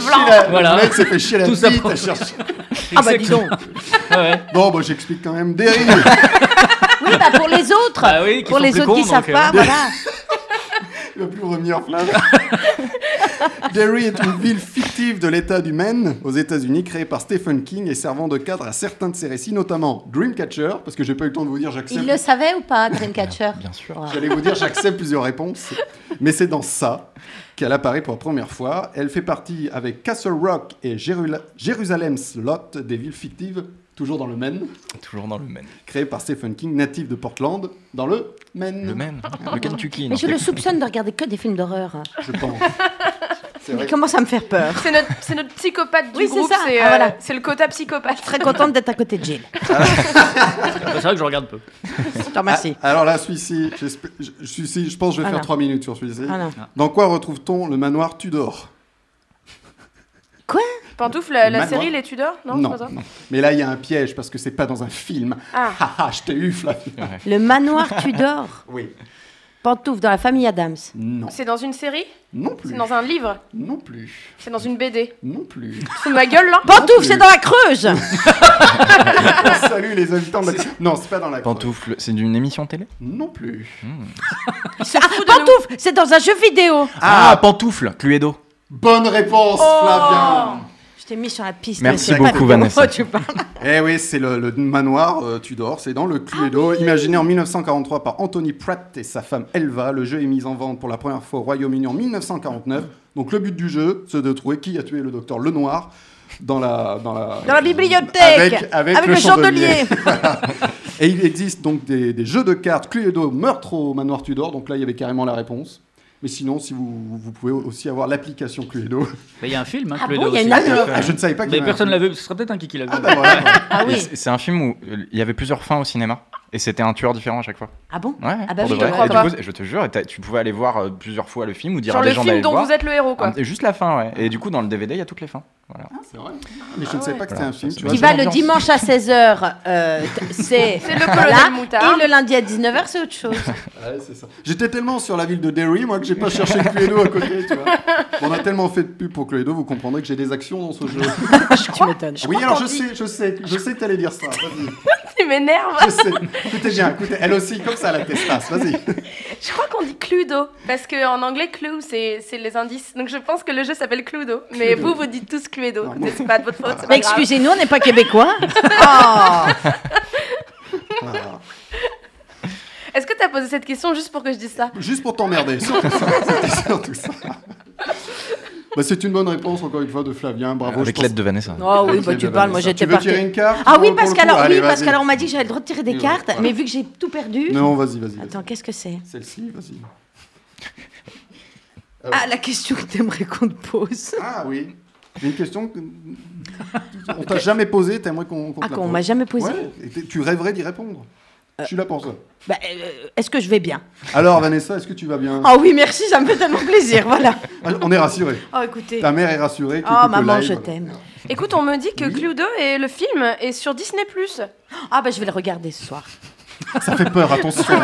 Chier la- Voilà. Le mec s'est fait chier la Tout ça bite pour- à chercher. Ah bah, dis donc. Ouais. Non, bah, j'explique quand même. Derry, Oui, bah, pour les autres. Bah oui, qui pour sont les plus autres qui cons, savent donc, pas, euh, voilà. il va plus revenir en flamme. Derry est une ville fictive de l'État du Maine aux États-Unis, créée par Stephen King et servant de cadre à certains de ses récits, notamment Dreamcatcher, parce que j'ai pas eu le temps de vous dire j'accepte. Il le savait ou pas, Dreamcatcher Ah, Bien sûr. Ouais. J'allais vous dire, j'accepte plusieurs réponses, mais c'est dans ça qu'elle apparaît pour la première fois. Elle fait partie avec Castle Rock et Jérula- Jérusalem's Lot des villes fictives, toujours dans le Maine, Toujours dans le Maine. créées par Stephen King, natif de Portland, dans le Maine. Le Maine. Le Kentucky. Mm. Mais non, je le c'est- soupçonne de regarder que des films d'horreur. hein. Je pense. C'est vrai. Il commence à me faire peur. C'est notre, c'est notre psychopathe du Oui, c'est groupe. ça. C'est Ah, euh, voilà. c'est le quota psychopathe. Très contente d'être à côté de Jill. C'est vrai que je regarde peu. Je te remercie. Ah, alors là, celui-ci, j'espère- je, celui-ci, je pense que je vais Voilà. faire 3 minutes sur celui-ci. Voilà. Dans quoi retrouve-t-on le manoir Tudor Pantoufle, la, la Manoir. série Les Tudors Non, c'est pas ça non. Mais là, il y a un piège parce que c'est pas dans un film. Ah. Ah ah, je t'ai eu, Flavien. Le manoir Tudor, Oui. pantoufle dans la famille Adams. Non. C'est dans une série Non plus. C'est dans un livre Non plus. C'est dans une BD Non plus. C'est ma gueule là Pantoufle, c'est dans la Creuse Salut les habitants de la- Non, c'est pas dans la Creuse. Pantoufle, c'est d'une émission télé Non plus. Ah, Pantoufle, c'est dans un jeu vidéo ah, pantoufle, Cluedo. Bonne réponse, Oh. Flavien Je t'ai mis sur la piste. Merci mais c'est pas beaucoup, le- Vanessa. tu parles. Eh oui, c'est le, le manoir euh, Tudor, c'est dans le Cluedo, Ah imaginé en 1943 par Anthony Pratt et sa femme Elva. Le jeu est mis en vente pour la première fois au Royaume-Uni en 1949. Donc le but du jeu, c'est de trouver qui a tué le docteur Lenoir dans la... Dans la, Dans la bibliothèque Avec, avec Avec le, le chandelier. Voilà. Et il existe donc des, des jeux de cartes Cluedo, meurtre au manoir Tudor, donc là il y avait carrément la réponse. Mais sinon, si vous, vous pouvez aussi avoir l'application Cluedo. Mais il y a un film, hein, Ah Cluedo bon, il y a aussi. une affaire Ah, je ne savais pas qu'il y Mais avait un personne film. l'a vu, ce serait peut-être un qui qui l'a vu. Ah bah voilà. Ah Et oui. c'est- C'est un film où euh, il y avait plusieurs fins au cinéma. Et c'était un tueur différent à chaque fois. Ah bon Ouais, Ah bah pour oui, de je vrai. crois Et du pas. coup, je te jure, t'as- tu pouvais aller voir euh, plusieurs fois le film ou dire Genre à des le gens film d'aller dont voir. vous êtes le héros, quoi. Et Ah, juste la fin, ouais. Et du coup, dans le DVD, il y a toutes les fins. Voilà. c'est vrai. Mais je ne savais pas que c'était un film. Tu vois, Ah Qui j'ai va le l'ambiance. dimanche à 16h, c'est C'est le voilà. colonel Moutard. Et le lundi à 19h, c'est autre chose. Ouais, c'est ça. J'étais tellement sur la ville de Derry, moi, que j'ai pas cherché Cluedo à côté, tu vois. On a tellement fait de pub pour Cluedo, vous comprendrez que j'ai des actions dans ce jeu. tu m'étonnes. Oui, crois alors qu'on je sais, je sais, je sais que t'allais dire ça. Vas-y, Tu m'énerves. je sais. Écoutez bien, écoutez, elle aussi, comme ça, la testasse, vas-y. Je crois qu'on dit Cluedo, parce qu'en anglais, clue, c'est c'est les indices. Donc je pense que le jeu s'appelle Cluedo. Mais Cluedo. vous, vous dites tous Cluedo. Écoutez, C'est pas de votre faute. c'est Bah, pas grave. excusez-nous, on n'est pas québécois. Oh. Est-ce que t'as posé cette question juste pour que je dise ça Juste pour t'emmerder, surtout ça. C'était surtout ça. Bah, c'est une bonne réponse, encore une fois, de Flavien. Bravo. Ah, Avec l'aide de Vanessa. Oh oui, Avec bah, l'aide tu de parles, moi Vanessa. j'étais Tu veux partie. tirer une carte Ah oui, pour- parce pour le coup qu'alors Allez, oui, parce vas-y. qu'alors on m'a dit que j'avais le droit de tirer des Oui, cartes, voilà. mais vu que j'ai tout perdu. Non, Euh. vas-y, vas-y. vas-y. Attends, qu'est-ce que c'est Celle-ci, vas-y. Ah, la question que t'aimerais qu'on te pose. Ah oui. J'ai une question que- on t'a jamais posée, t'aimerais qu'on qu'on te Ah, la qu'on pose. m'a jamais posée Ouais, et t- tu rêverais d'y répondre. Je suis là pour ça. Bah, euh, Est-ce que je vais bien Alors Vanessa, est-ce que tu vas bien Ah oui, merci, ça me fait tellement plaisir, voilà. Ah, On est rassurés. Oh, écoutez. Ta mère est rassurée. qui Oh, écoute le maman, live. je t'aime. Écoute, on me dit que Cluedo et le film est sur Disney+. Ah bah je vais le regarder ce soir. Ça fait peur, attention.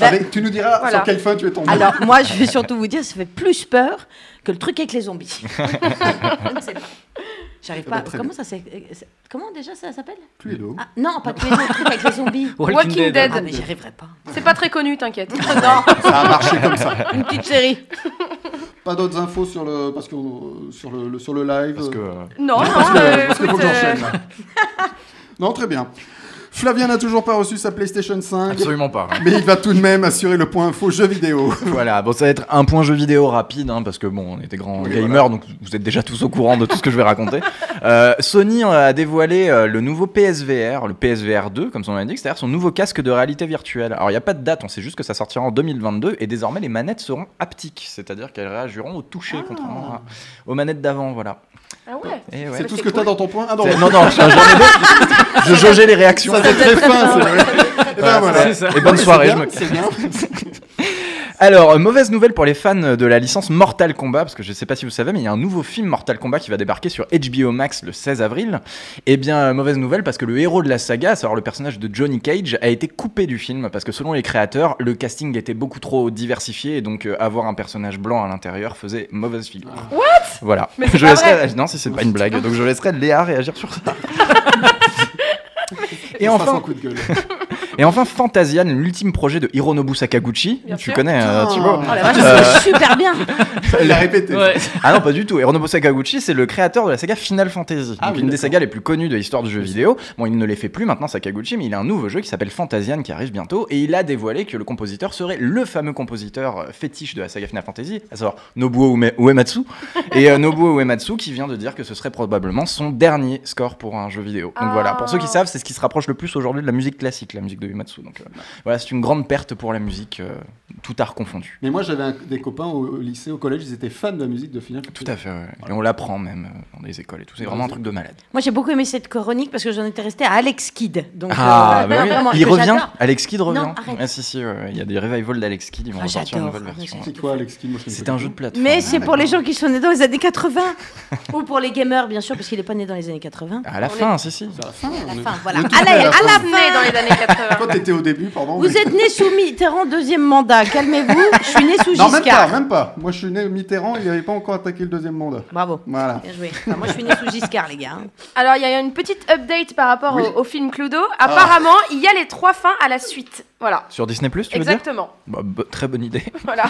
Avec- tu nous diras Voilà. sur quel phone tu es tombé. Alors, moi, je vais surtout vous dire, ça fait plus peur que le truc avec les zombies. je ne sais pas. J'arrive Eh pas. ben, très Comment bien. ça s'est- euh, c'est- Comment déjà ça s'appelle Cluedo. Ah, Non, pas tuer le truc avec les zombies. Walking Walking Dead. Dead. Ah, mais j'y arriverai pas. C'est pas très connu, t'inquiète. Euh, Ça a marché comme ça. Une petite série. Pas d'autres infos sur le parce que euh, sur le, le- sur le live. Parce que. euh, euh, Non, non, parce que, euh, parce que faut que écoute, euh, j'enchaîne. là. non, très bien. Flavien n'a toujours pas reçu sa PlayStation 5. Absolument pas. Mais il va tout de même assurer le point info jeu vidéo. Voilà, bon, ça va être un point jeu vidéo rapide, hein, parce que bon, on était grands Oui, gamers, voilà. donc vous êtes déjà tous au courant de tout ce que je vais raconter. Euh, Sony a dévoilé euh, le nouveau PSVR, le PSVR 2, comme son nom l'indique, c'est-à-dire son nouveau casque de réalité virtuelle. Alors, il n'y a pas de date, on sait juste que ça sortira en 2022, et désormais, les manettes seront haptiques, c'est-à-dire qu'elles réagiront au toucher, contrairement à- aux manettes d'avant, voilà. Ah ouais. Et ouais. C'est tout ce que t'as dans ton point. Ah non, C'est- Non, non, j'en ai deux. je jaugeais les réactions. ça fait très fin, c'est vrai. Et ben Voilà, Eh voilà. c'est ça. Et bonne soirée, C'est bien, je me- c'est bien. Alors, euh, mauvaise nouvelle pour les fans de la licence Mortal Kombat, parce que je ne sais pas si vous savez, mais il y a un nouveau film Mortal Kombat qui va débarquer sur HBO Max le 16 avril. Eh bien, euh, mauvaise nouvelle parce que le héros de la saga, à savoir le personnage de Johnny Cage, a été coupé du film, parce que selon les créateurs, le casting était beaucoup trop diversifié, et donc euh, avoir un personnage blanc à l'intérieur faisait mauvaise figure. What Voilà. Mais c'est je pas laisserai... Non, si c'est pas une blague, donc je laisserai Léa réagir sur ça. Et Ça sera enfin, Euh, sans coup de gueule. et enfin, Fantasian, l'ultime projet de Hironobu Sakaguchi. Bien tu sûr. connais, euh, Putain. Thibaut. Oh la vache, Euh, c'est super bien. Il a Ah, répété. Ah non, pas du tout. Hironobu Sakaguchi, c'est le créateur de la saga Final Fantasy, Ah donc oui, une des d'accord. sagas les plus connues de l'histoire du jeu vidéo. Bon, il ne les fait plus maintenant, Sakaguchi, mais il a un nouveau jeu qui s'appelle Fantasian qui arrive bientôt, et il a dévoilé que le compositeur serait le fameux compositeur euh, fétiche de la saga Final Fantasy, à savoir Nobuo Ume- Uematsu. Et euh, Nobuo Uematsu qui vient de dire que ce serait probablement son dernier score pour un jeu vidéo. Donc Ah. voilà, pour ceux qui savent, c'est ce qui se rapproche le plus aujourd'hui de la musique classique, la musique de Uematsu. Donc euh, voilà, c'est une grande perte pour la musique, euh, tout art confondu. Mais moi, j'avais un- des copains au, au lycée, au collège, ils étaient fans de la musique de Final Tout à fait, ouais. et on l'apprend même euh, dans les écoles et tout. C'est Dans vraiment un les truc de malade. Moi j'ai beaucoup aimé cette chronique parce que j'en étais restée à Alex Kidd. Donc, euh, bah oui. vraiment, il que revient. j'adore. Alex Kidd revient. Non, arrête. ah si si, ouais, ouais. il y a des revivals d'Alex Kidd, ils vont Ah, ressortir une j'adore. nouvelle version. C'est quoi, Alex Kidd Moi, je ne sais C'est pas un du jeu de tout. plateforme. Mais c'est d'accord. pour les gens qui sont nés dans les années 80 ou pour les gamers bien sûr parce qu'il est pas né dans les années 80. Ah, À la fin, si si. C'est à la fin. on est- Enfin voilà. on est tous À la, nés à la Né dans fin. les années 80. Ah, Toi, t'étais au début, pardon. Vous mais- êtes né sous Mitterrand deuxième mandat. Calmez-vous. Je suis né sous Non, même pas, hein. Giscard. même pas. Moi, je suis né Mitterrand, il n'avait pas encore attaqué le deuxième mandat. Bravo. Voilà. Bien joué. Enfin, moi je suis né sous Giscard les gars. hein. Alors, il y a une petite update par rapport Oui. Ah. au, au film Cluedo. Apparemment, il y a les trois fins à la suite. Voilà. Sur Disney Plus, tu veux dire Exactement. Bah, bo- Très bonne idée. Voilà.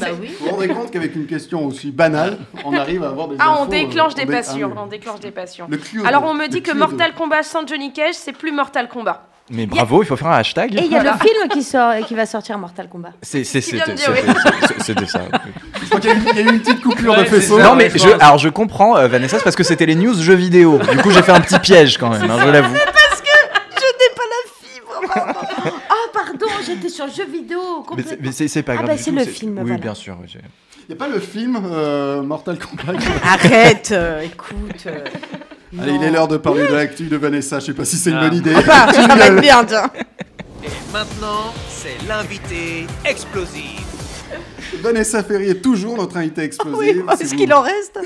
Bah oui. Vous vous rendez compte qu'avec une question aussi banale, on arrive à avoir des Ah, on infos, déclenche euh, des dé- passions. ah, On déclenche des passions. le Cluedo, Alors, on me le dit que Cluedo. Mortal Kombat sans Johnny Cage, c'est plus Mortal Kombat. Mais bravo, il faut faire un hashtag. Et il y a le film qui sort qui va sortir Mortal Kombat. C'est c'est- Ce qu'il vient de c'était dire, c'était- c'était- c'était ça. oui. Je crois qu'il y a eu- il y a eu une petite coupure Ouais, de c'est faisceau. ça. Non mais je je, pense. alors je comprends euh, Vanessa, c'est parce que c'était les news jeux vidéo. Du coup j'ai fait un petit piège quand même, hein, je l'avoue. Je n'ai pas la fibre. Oh pardon, j'étais sur le jeu vidéo Mais c'est- complètement. Mais c'est c'est pas Ah, grave. bah, du c'est tout, le film, Oui voilà. bien sûr. oui, j'ai- Il n'y a pas le film euh, Mortal Kombat. Arrête, euh, écoute. euh, Allez, il est l'heure de parler de l'actu de Vanessa. Je sais pas si c'est une Ah. bonne idée. Bah, ça va être bien, tiens. Maintenant, c'est l'invité explosif. Vanessa Ferry est toujours notre invitée explosive. Si Est-ce vous- qu'il en reste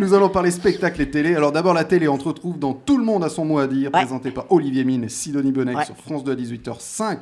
Nous allons parler spectacle et télé. Alors d'abord la télé, on te retrouve dans Tout le monde a son mot à dire, présenté par Olivier Mine et Sidonie Bonnec Ouais. sur France 2 à 18h05.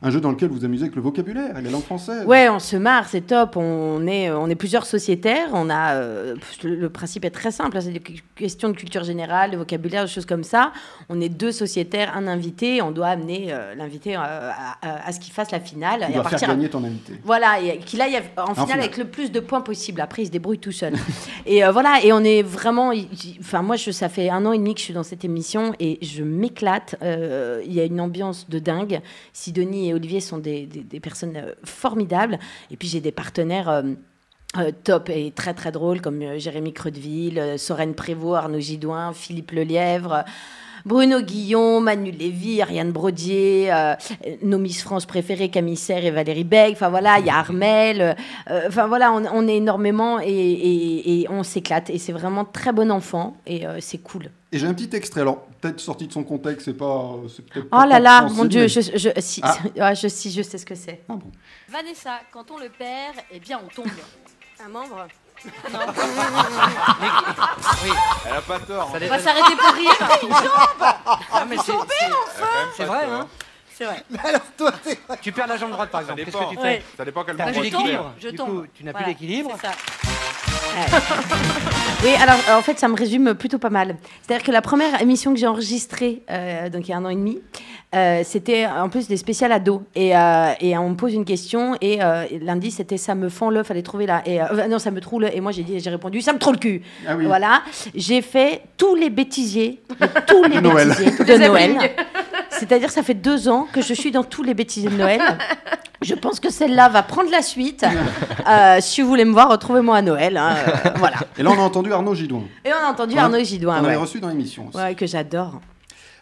Un jeu dans lequel vous vous amusez avec le vocabulaire et la langue française. Ouais, on se marre, c'est top. On est, euh, on est plusieurs sociétaires. On a, euh, pff, le le principe est très simple. hein, C'est des cu- questions de culture générale, de vocabulaire, des choses comme ça. On est deux sociétaires, un invité. On doit amener euh, l'invité euh, à, à- à ce qu'il fasse la finale. Tu et à dois faire partir gagner ton invité. Voilà, et qu'il aille en finale, finale. avec le plus de points possible. Après, il se débrouille tout seul. et euh, voilà, et on est vraiment. il- il- Enfin, moi, je, ça fait un an et demi que je suis dans cette émission et je m'éclate. Euh, Il y a une ambiance de dingue. Sidonie et Olivier sont des, des- des personnes euh, formidables. Et puis, j'ai des partenaires. euh, euh, top et très très drôles comme euh, Jérémy Creudeville, euh, Soren Prévost, Arnaud Gidoin, Philippe Lelièvre, euh, Bruno Guillon, Manu Lévy, Ariane Brodier, euh, euh, nos Miss France préférées, Camille Serre et Valérie Beck. Enfin voilà, il y a Armel. euh, euh, Enfin voilà, on, on est énormément et, et- et on s'éclate. Et c'est vraiment très bon enfant et euh, c'est cool. Et j'ai un petit extrait, alors peut-être sorti de son contexte, c'est pas. euh, c'est peut-être Oh pas là là, compréhensible, mon Dieu, mais- je, je- si, Ah. ah, je, si, je sais ce que c'est. Vanessa, quand on le perd, eh bien on tombe. Un membre Oui. Elle a pas tort. hein. On va s'arrêter pour rire. Une jambe Ah, mais c'est C'est vrai, hein C'est vrai. alors toi, tu perds la jambe droite par exemple. Qu'est-ce que tu fais Ouais. Ça dépend quel T'as moment plus tu d'équilibre. perds. Je Du tombe. coup, tu n'as plus Voilà, d'équilibre. c'est ça. Oui, alors euh, en fait, ça me résume plutôt pas mal. C'est-à-dire que la première émission que j'ai enregistrée, euh, donc il y a un an et demi, euh, c'était en plus des spéciales ados. Et, euh, et on me pose une question, et euh, et lundi, c'était ça me fend l'œuf, fallait trouver là. Et, euh, euh, non, ça me troule. Et moi, j'ai dit, j'ai répondu, ça me trouve le cul. Ah oui. Voilà. J'ai fait tous les bêtisiers, de tous les De Noël. bêtisiers de Les Noël. abrics. C'est-à-dire, ça fait deux ans que je suis dans tous les bêtisiers de Noël. Je pense que celle-là va prendre la suite. Euh, si vous voulez me voir, retrouvez-moi à Noël. hein, euh, voilà. Et là on a entendu Arnaud Gidoin. Et on a entendu On a- Arnaud Gidoin. On ouais. l'avait reçu dans l'émission. aussi. Ouais, que j'adore.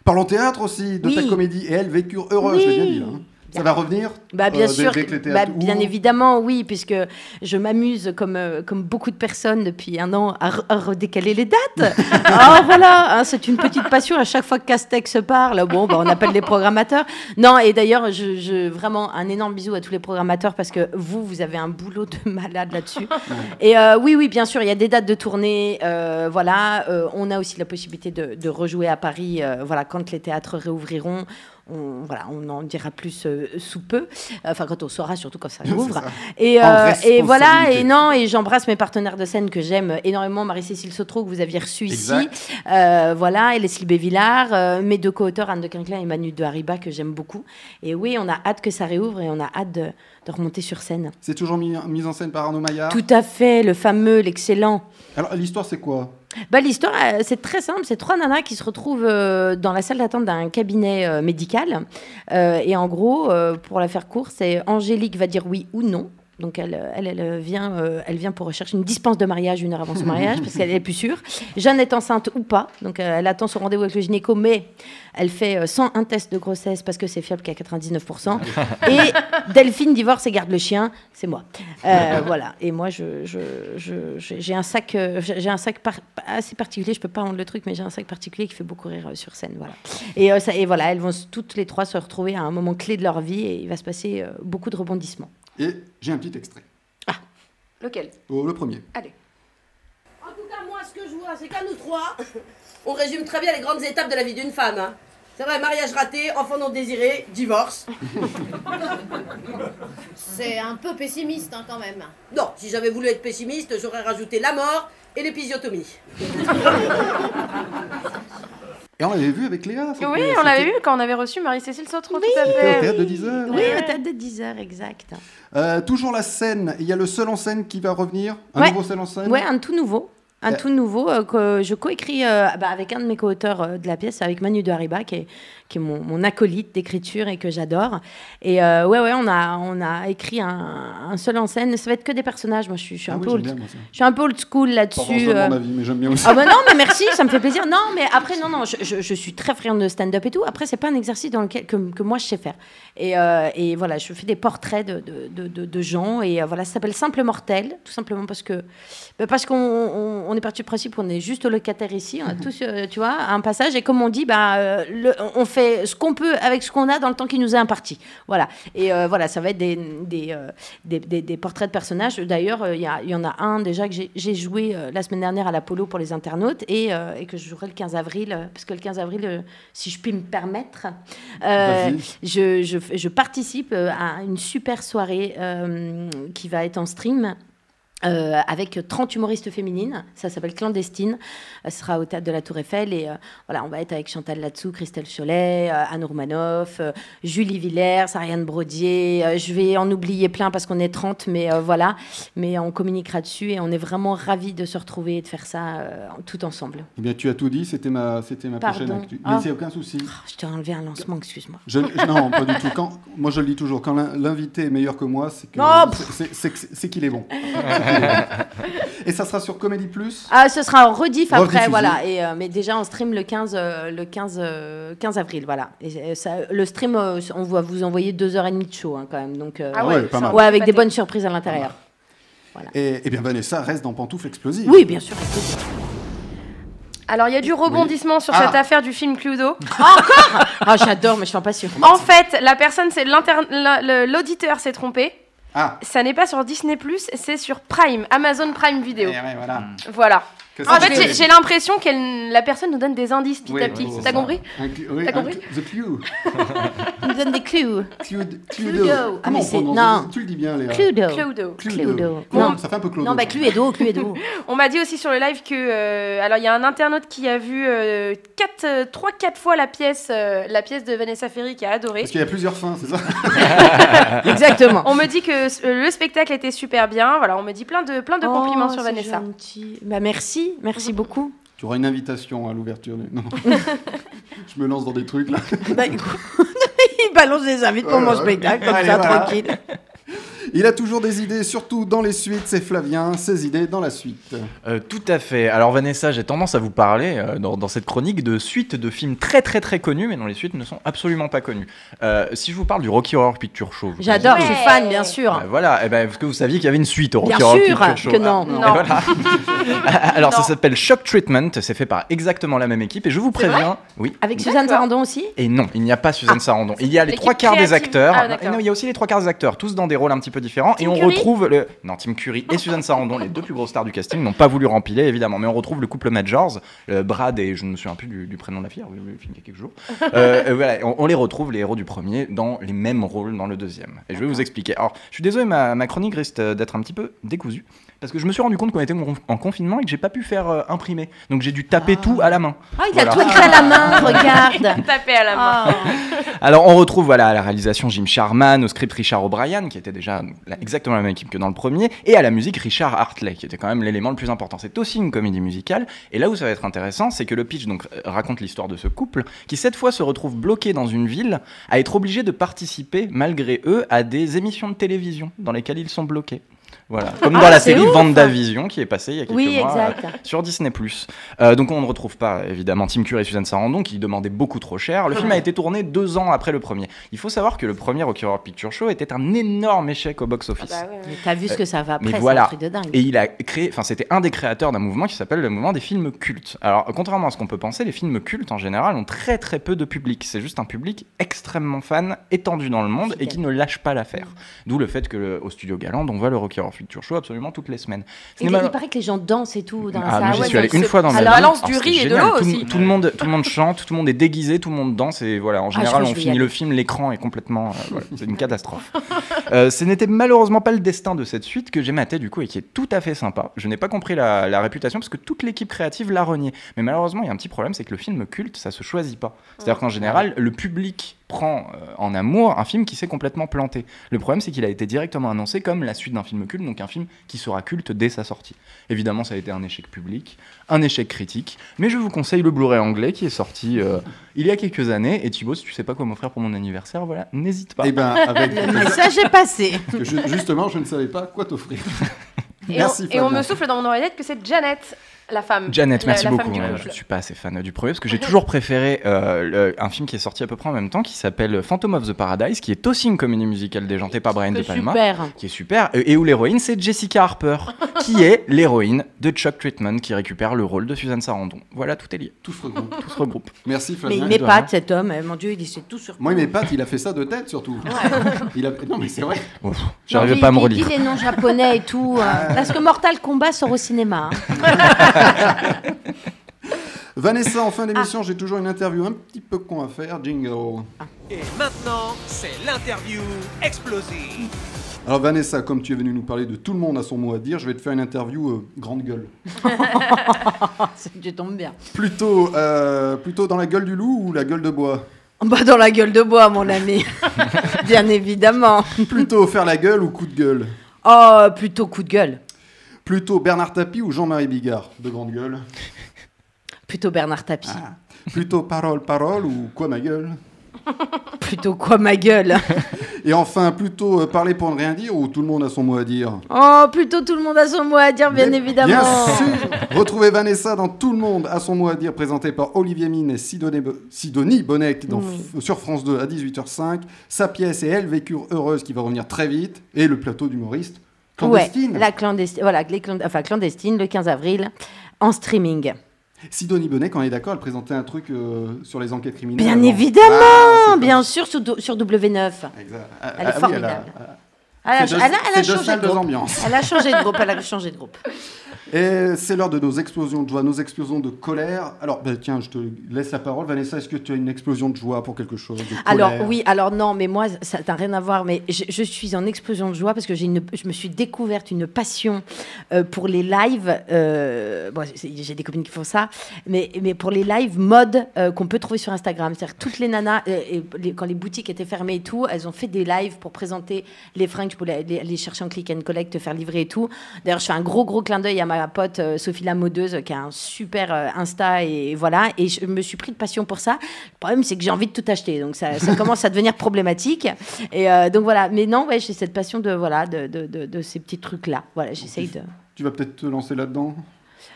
Parlons théâtre aussi, de ta Oui. comédie. Et elle, vécure heureuse, Oui. je l'ai bien dit là. hein. Ça va revenir Bah, bien euh, dès- sûr, dès que les bah, théâtres bien ouvrent. évidemment, oui, puisque je m'amuse comme, euh, comme beaucoup de personnes depuis un an à, re- à redécaler les dates. Alors voilà, hein, c'est une petite passion. À chaque fois que Castex parle, bon, bah, on appelle les programmateurs. Non, et d'ailleurs, je, je- vraiment un énorme bisou à tous les programmateurs parce que vous, vous avez un boulot de malade là-dessus. Et euh, oui, oui, bien sûr, il y a des dates de tournée. euh, voilà, Euh, on a aussi la possibilité de, de rejouer à Paris. euh, voilà, quand les théâtres réouvriront, on, voilà, on en dira plus euh, sous peu. Enfin, quand on saura, surtout quand ça C'est rouvre. ça. Et, En euh, et responsabilité. voilà. Et non, et j'embrasse mes partenaires de scène que j'aime énormément, Marie-Cécile Sautreau que vous aviez reçue ici. Exact. Euh, voilà, et Leslie Bévillard, euh, mes deux co-auteurs Anne de Quinclin et Manu de Hariba que j'aime beaucoup. Et oui, on a hâte que ça réouvre et on a hâte de, de remonter sur scène. C'est toujours mis, mis en scène par Arnaud Ah. Maillard. Tout à fait, le fameux, l'excellent. Alors l'histoire c'est quoi Bah, L'histoire, euh, c'est très simple. C'est trois nanas qui se retrouvent euh, dans la salle d'attente d'un cabinet euh, médical. Euh, et en gros, euh, pour la faire court, c'est Angélique va dire oui ou non. Donc elle, euh, elle, elle, euh, vient, euh, elle vient pour rechercher une dispense de mariage une heure avant son mariage parce qu'elle est plus sûre. Jeanne est enceinte ou pas, donc euh, elle attend son rendez-vous avec le gynéco, mais elle fait euh, 101 tests de grossesse parce que c'est fiable qu'à 99%. et Delphine divorce et garde le chien, c'est moi. Euh, voilà. Et moi, je, je, je- je- j'ai un sac, euh, j'ai j'ai un sac par- assez particulier. Je peux pas rendre le truc, mais j'ai un sac particulier qui fait beaucoup rire euh, sur scène. Voilà. Et, euh, ça, et voilà, elles vont s- toutes les trois se retrouver à un moment clé de leur vie et il va se passer euh, beaucoup de rebondissements. Et j'ai un petit extrait. Lequel Oh, le premier. Allez. En tout cas, Ah, moi, ce que je vois, c'est qu'à nous trois, on résume très bien les grandes étapes de la vie d'une femme. hein. C'est vrai, mariage raté, enfant non désiré, divorce. C'est un peu pessimiste hein, quand même. Non, si j'avais voulu être pessimiste, j'aurais rajouté la mort et l'épisiotomie. Et on l'avait vu avec Léa. cette- Oui, on cette- l'avait vu quand on avait reçu Marie-Cécile Sautreau, tout à C'était fait. au théâtre de 10 heures. Oui, au théâtre de 10 heures, exact. Euh, toujours la scène. Il y a le seul en scène qui va revenir. Un Ouais. nouveau seul en scène. Ouais, un tout nouveau. Un Euh. tout nouveau euh, que je coécris euh, bah, avec un de mes co-auteurs euh, de la pièce, avec Manu de Hariba, qui est, qui est mon, mon acolyte d'écriture et que j'adore. Et euh, ouais, ouais, on a, on a écrit un, un seul en scène. Ça va être que des personnages. Moi, je suis, je suis, un, Ah oui, peu j'aime old, bien, moi, ça. je suis un peu old school là-dessus. Pas forcément euh. mon avis, mais j'aime bien aussi. Ah bah non, mais merci, ça me fait plaisir. Non, mais après, non, non, je, je- je suis très friande de stand-up et tout. Après, c'est pas un exercice dans lequel que, que moi je sais faire. Et, euh, et voilà, je fais des portraits de, de, de- de- de gens et euh, voilà, ça s'appelle Simple Mortel, tout simplement parce que bah, parce qu'on on- on on est parti du principe qu'on est juste locataire ici, on a tous, euh, tu vois, un passage. Et comme on dit, bah, euh, le- on fait ce qu'on peut avec ce qu'on a dans le temps qui nous est imparti. Voilà. Et euh, voilà, ça va être des, des, euh, des- des- des portraits de personnages. D'ailleurs, euh, il y, a- il y en a un déjà que j'ai- j'ai joué euh, la semaine dernière à l'Apollo pour les internautes et, euh, et que je jouerai le 15 avril. euh, parce que le 15 avril, euh, si je puis me permettre, euh, Vas-y. je, je f- je participe euh, à une super soirée euh, qui va être en stream. euh, avec 30 humoristes féminines, ça s'appelle Clandestine, Euh, ce sera au théâtre de la Tour Eiffel et euh, voilà, on va être avec Chantal Latsou, Christelle Cholet, euh, Anne Roumanoff, euh, Julie Villers, Ariane Brodier, euh, je vais en oublier plein parce qu'on est 30 mais euh, voilà, mais on communiquera dessus et on est vraiment ravis de se retrouver et de faire ça euh, tout ensemble. Eh bien, tu as tout dit, c'était ma, c'était ma prochaine Pardon. actu. Mais Ah. c'est aucun souci. Je t'ai enlevé un lancement, excuse-moi. Je- non, pas du tout. Quand, moi, je le dis toujours, quand l'in- l'invité est meilleur que moi, c'est que- Non, c'est- c'est- c'est que- c'est qu'il est bon. Et ça sera sur Comédie Plus Ah, ce sera en rediff après, Rediffusé. voilà. Et, euh, mais déjà, on stream le 15, euh, le 15, euh, 15 avril, voilà. Et, euh, ça- le stream, euh, on va vous envoyer deux heures et demie de show hein, quand même. Donc, euh, Ah ouais, Ah ouais, pas mal. Ouais, Ah bah. avec des Pâté. bonnes surprises à l'intérieur. Et, eh bien, Vanessa reste dans Pantoufles Explosives. Oui, bien sûr. Alors, il y a du rebondissement sur Ah. cette affaire du film Cluedo. Ah, j'adore, mais je suis pas sûre. En fait, la personne, c'est l'inter- la- le- l'auditeur s'est trompé. Ah. Ça n'est pas sur Disney+, c'est sur Prime, Amazon Prime Video. Eh ouais, voilà. Hmm. Voilà. Que ça En fait, fait. j'ai- j'ai l'impression que la personne nous donne des indices petit Oui, à petit. oui, c'est T'as ça. compris Un cl- oui, T'as un compris cl- The Clue. Il nous donne des clues. Clued- Cluedo. Cluedo. Ah, Comment mais on c'est- prononce non. Tu le dis bien, Léa. Cluedo. Cluedo. Cluedo. Comment- Non. Ça fait un peu Cluedo. Non, bah, Cluedo, Cluedo. On m'a dit aussi sur le live que. euh, alors, il y a un internaute qui a vu euh, 3-4 fois la pièce, euh, la pièce de Vanessa Ferry qui a adoré. Parce qu'il y a plusieurs fins, c'est ça Ah, Exactement. On me dit que euh, le spectacle était super bien. Voilà, on me dit plein de, plein de Oh, compliments sur c'est Vanessa. Bah, merci, merci beaucoup. Tu auras une invitation à l'ouverture. mais Non. je me lance dans des trucs, là. Bah, Il balance des invites pour mon spectacle, comme Allez, ça, voilà. tranquille. Il a toujours des idées, surtout dans les suites. C'est Flavien, ses idées dans la suite. Euh, tout à fait. Alors Vanessa, j'ai tendance à vous parler euh, dans, dans cette chronique de suites de films très très très connus, mais dont les suites ne sont absolument pas connues. Euh, si je vous parle du Rocky Horror Picture Show, vous J'adore, je connaissez suis fan, bien sûr. Bah voilà, eh ben, est-ce que vous saviez qu'il y avait une suite au Rocky Bien Horror sûr Picture Show que Ah, non. et Non. voilà. Alors ça s'appelle Shock Treatment, c'est fait par exactement la même équipe et je vous C'est vrai préviens. Oui. Avec Suzanne Sarandon aussi Et non, il n'y a pas Suzanne Sarandon. Il y a les Ah. L'équipe trois quarts des créative. acteurs. Ah, d'accord. Et non, il y a aussi les trois quarts des acteurs, tous dans des rôles un petit peu différents. et Tim on Curry retrouve le. Non, Tim Curry et Suzanne Sarandon, les deux plus grosses stars du casting, n'ont pas voulu rempiler, évidemment. Mais on retrouve le couple Majors, euh, Brad et je ne me souviens plus du, du prénom de la fille, on a vu le film il y a quelques jours. Euh, euh, voilà, on, on les retrouve, les héros du premier, dans les mêmes rôles dans le deuxième. Et je vais vous expliquer. Alors, je suis désolé, ma, ma chronique risque euh, d'être un petit peu décousue. Parce que je me suis rendu compte qu'on était en en confinement et que j'ai pas pu faire euh, imprimer. Donc j'ai dû taper tout à la main. Ah, il a Voilà. tout Ah. écrit à la main, regarde. Tapé à la main. Alors on retrouve voilà à la réalisation Jim Sharman, au script Richard O'Brien qui était déjà la- exactement la même équipe que dans le premier, et à la musique Richard Hartley qui était quand même l'élément le plus important. C'est aussi une comédie musicale, et là où ça va être intéressant, c'est que le pitch donc euh, raconte l'histoire de ce couple qui cette fois se retrouve bloqué dans une ville à être obligé de participer malgré eux à des émissions de télévision dans lesquelles ils sont bloqués. Voilà, comme dans Ah, la c'est série ouf. Vendavision qui est passée il y a quelques Oui, mois exact. euh, sur Disney+. Euh, donc on ne retrouve pas évidemment Tim Curry et Suzanne Sarandon qui demandaient beaucoup trop cher. Le film a été tourné deux ans après le premier. Il faut savoir que le premier Rocky Horror Picture Show était un énorme échec au Ah. box-office. Bah Mais t'as vu ce que ça va après, Euh, Mais c'est voilà. un truc de dingue. Et il a créé, enfin, c'était un des créateurs d'un mouvement qui s'appelle le mouvement des films cultes. Alors, contrairement à ce qu'on peut penser, les films cultes en général ont très très peu de public. C'est juste un public extrêmement fan, étendu dans le monde et qui ne lâche pas l'affaire. Mm. D'où le fait que le- au studio Galland, on voit le Rocky Horror Picture Show absolument toutes les semaines. Ce Et n'est il, mal- il paraît que les gens dansent et tout dans la ah, salle. moi, j'y suis allé une fois dans ma Alors, vie. Alors, c'était génial. tout, Tout le, monde, tout le monde chante, tout le monde est déguisé, tout le monde danse et voilà. En Ah, je crois général, que je on vais y finit aller. le film, l'écran est complètement, euh, voilà, c'est une catastrophe. Euh, ce n'était malheureusement pas le destin de cette suite que j'ai maté du coup et qui est tout à fait sympa. Je n'ai pas compris la, la réputation parce que toute l'équipe créative l'a renié. Mais malheureusement, il y a un petit problème, c'est que le film culte, ça se choisit pas. C'est-à-dire qu'en général, le public prend euh, en amour un film qui s'est complètement planté. Le problème, c'est qu'il a été directement annoncé comme la suite d'un film culte, donc un film qui sera culte dès sa sortie. Évidemment, ça a été un échec public, un échec critique, mais je vous conseille le Blu-ray anglais qui est sorti euh, il y a quelques années. Et Thibaut, si tu sais pas quoi m'offrir pour mon anniversaire, voilà, n'hésite pas. Eh ben, avec- Le message est passé. Parce que ju- justement, je ne savais pas quoi t'offrir. Et, Merci, on, et on Flavien. me souffle dans mon oreillette que c'est Janet. La femme. Janet, La- merci la femme beaucoup. du Ouais, couple. je suis pas assez fan du premier parce que j'ai toujours préféré euh, le- un film qui est sorti à peu près en même temps qui s'appelle Phantom of the Paradise, qui est aussi une comédie musicale déjantée par Brian Que De Palma, super. qui est super, et, et où l'héroïne c'est Jessica Harper, qui est l'héroïne de Chuck Treatment, qui récupère le rôle de Suzanne Sarandon. Voilà, tout est lié. Tout se regroupe. Tout se regroupe. Merci Mais Flavien. il hein. m'épate cet homme, eh, mon Dieu, il sait tout sur Moi, il m'épate, il a fait ça de tête surtout. Il a... Non, mais c'est vrai. J'arrivais pas à me relire. Il dit les noms japonais et tout. euh, parce que Mortal Kombat sort au cinéma. hein. Vanessa, en fin Ah. d'émission, j'ai toujours une interview un petit peu con à faire. Jingle. Et maintenant, c'est l'interview explosive. Alors Vanessa, comme tu es venue nous parler de tout le monde a son mot à dire, je vais te faire une interview euh, grande gueule. Oh, tu tombes bien. Plutôt, euh, plutôt dans la gueule du loup ou la gueule de bois Bah, dans la gueule de bois, mon ami. bien évidemment. Plutôt faire la gueule ou coup de gueule Oh, plutôt coup de gueule. Plutôt Bernard Tapie ou Jean-Marie Bigard de grande gueule Plutôt Bernard Tapie. Ah. Plutôt parole, parole ou quoi ma gueule Plutôt quoi ma gueule Et enfin, plutôt euh, parler pour ne rien dire ou tout le monde a son mot à dire Oh, plutôt tout le monde a son mot à dire, bien évidemment. Bien sûr Retrouvez Vanessa dans Tout le monde à son mot à dire, présenté par Olivier Mine et Sidonie, Bo- Sidonie Bonnec dans- Oui. sur France 2 à 18h05. Sa pièce et Elle vécurent heureuse qui va revenir très vite. Et le plateau d'humoristes clandestine. Ouais, la clandestine. Voilà, les clan- enfin, clandestine, le 15 avril, en streaming. Sidonie Bonnec, on est d'accord, elle présentait un truc euh, sur les enquêtes criminelles. Bien avant. évidemment, Ah, bien sûr, sur, sur W9. exact. Ah, ah oui, Elle est elle a- formidable. ah, Elle a, c'est elle deux- a- elle a c'est deux changé salles, de deux groupe. ambiances. Elle a changé de groupe. Elle a changé de groupe. Et c'est l'heure de nos explosions de joie, nos explosions de colère. Alors, bah, tiens, je te laisse la parole. Vanessa, est-ce que tu as une explosion de joie pour quelque chose de Alors colère oui, alors non, mais moi ça n'a rien à voir. Mais je, je suis en explosion de joie parce que j'ai une, je me suis découverte une passion euh, pour les lives. euh, bon, c'est- j'ai des copines qui font ça, mais mais pour les lives mode euh, qu'on peut trouver sur Instagram. C'est-à-dire toutes les nanas, euh, et les- quand les boutiques étaient fermées et tout, elles ont fait des lives pour présenter les fringues. Tu pouvais aller, aller chercher en click and collect, te faire livrer et tout. D'ailleurs, je fais un gros gros clin d'œil à ma pote euh, Sophie Lamodeuse euh, qui a un super euh, Insta et voilà. Et je me suis pris de passion pour ça. Le problème, c'est que j'ai envie de tout acheter, donc ça, ça commence à devenir problématique. Et euh, donc voilà. Mais non, ouais, j'ai cette passion de voilà de, de, de- de ces petits trucs là. Voilà, j'essaye de. Tu vas peut-être te lancer là-dedans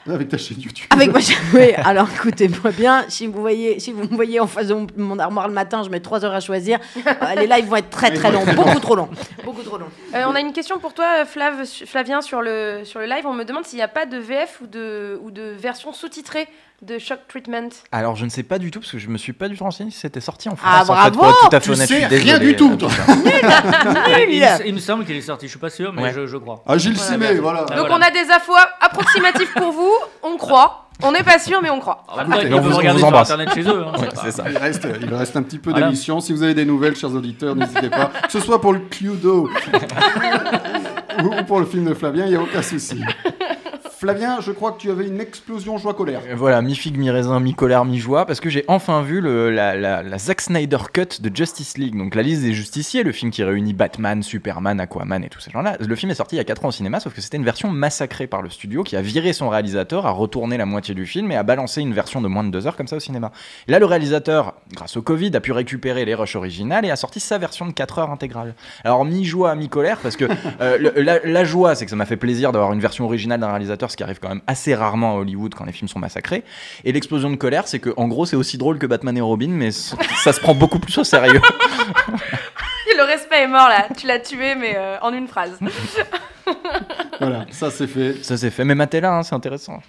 avec ta chaîne YouTube. Avec moi, je- oui. Alors écoutez-moi bien. Si vous voyez, si vous me voyez en face de mon- mon armoire le matin, je mets trois heures à choisir. Euh, les lives vont être très très longs, beaucoup trop longs. Beaucoup trop long. Euh, on a une question pour toi, Flav, Flavien, sur le, sur le live. On me demande s'il n'y a pas de VF ou de, ou de version sous-titrée de Shock Treatment. Alors, je ne sais pas du tout, parce que je me suis pas du tout renseigné si c'était sorti en Ah, France. en fait, bravo pour être tout à fait Tu honnête, je sais suis rien désolé, du tout, euh, toi. putain. Ah, il, il me- il me semble qu'il est sorti, je suis pas sûr, mais Ouais. je, je crois. Ah, Gilles Simet, merci. voilà. Ah, Donc on a des infos approximatives pour vous. On croit. On n'est pas sûr, mais on croit. Ah, Écoutez, ils peuvent regarder sur Internet chez eux, hein, Ouais, c'est pas- c'est ça. Il reste, il reste un petit peu Voilà. d'émission. Si vous avez des nouvelles, chers auditeurs, n'hésitez pas. Que ce soit pour le Cluedo ou ou pour le film de Flavien, il n'y a aucun souci. Flavien, je crois que tu avais une explosion joie-colère. Euh, Voilà, mi-figue, mi-raisin, mi-colère, mi-joie, parce que j'ai enfin vu le- la, la- la Zack Snyder Cut de Justice League, donc la liste des justiciers, le film qui réunit Batman, Superman, Aquaman et tous ces gens-là. Le film est sorti il y a 4 ans au cinéma, sauf que c'était une version massacrée par le studio qui a viré son réalisateur, a retourné la moitié du film et a balancé une version de moins de 2 heures comme ça au cinéma. Et là, le réalisateur, grâce au Covid, a pu récupérer les rushs originales et a sorti sa version de 4 heures intégrale. Alors, mi-joie, mi-colère, parce que euh, le- la, la joie, c'est que ça m'a fait plaisir d'avoir une version originale d'un réalisateur, ce qui arrive quand même assez rarement à Hollywood quand les films sont massacrés. Et l'explosion de colère, c'est que en gros, c'est aussi drôle que Batman et Robin, mais s- ça se prend beaucoup plus au sérieux. Le respect est mort là. Tu l'as tué, mais euh, en une phrase. Voilà, ça c'est fait. Ça c'est fait, mais Matela, hein, c'est intéressant.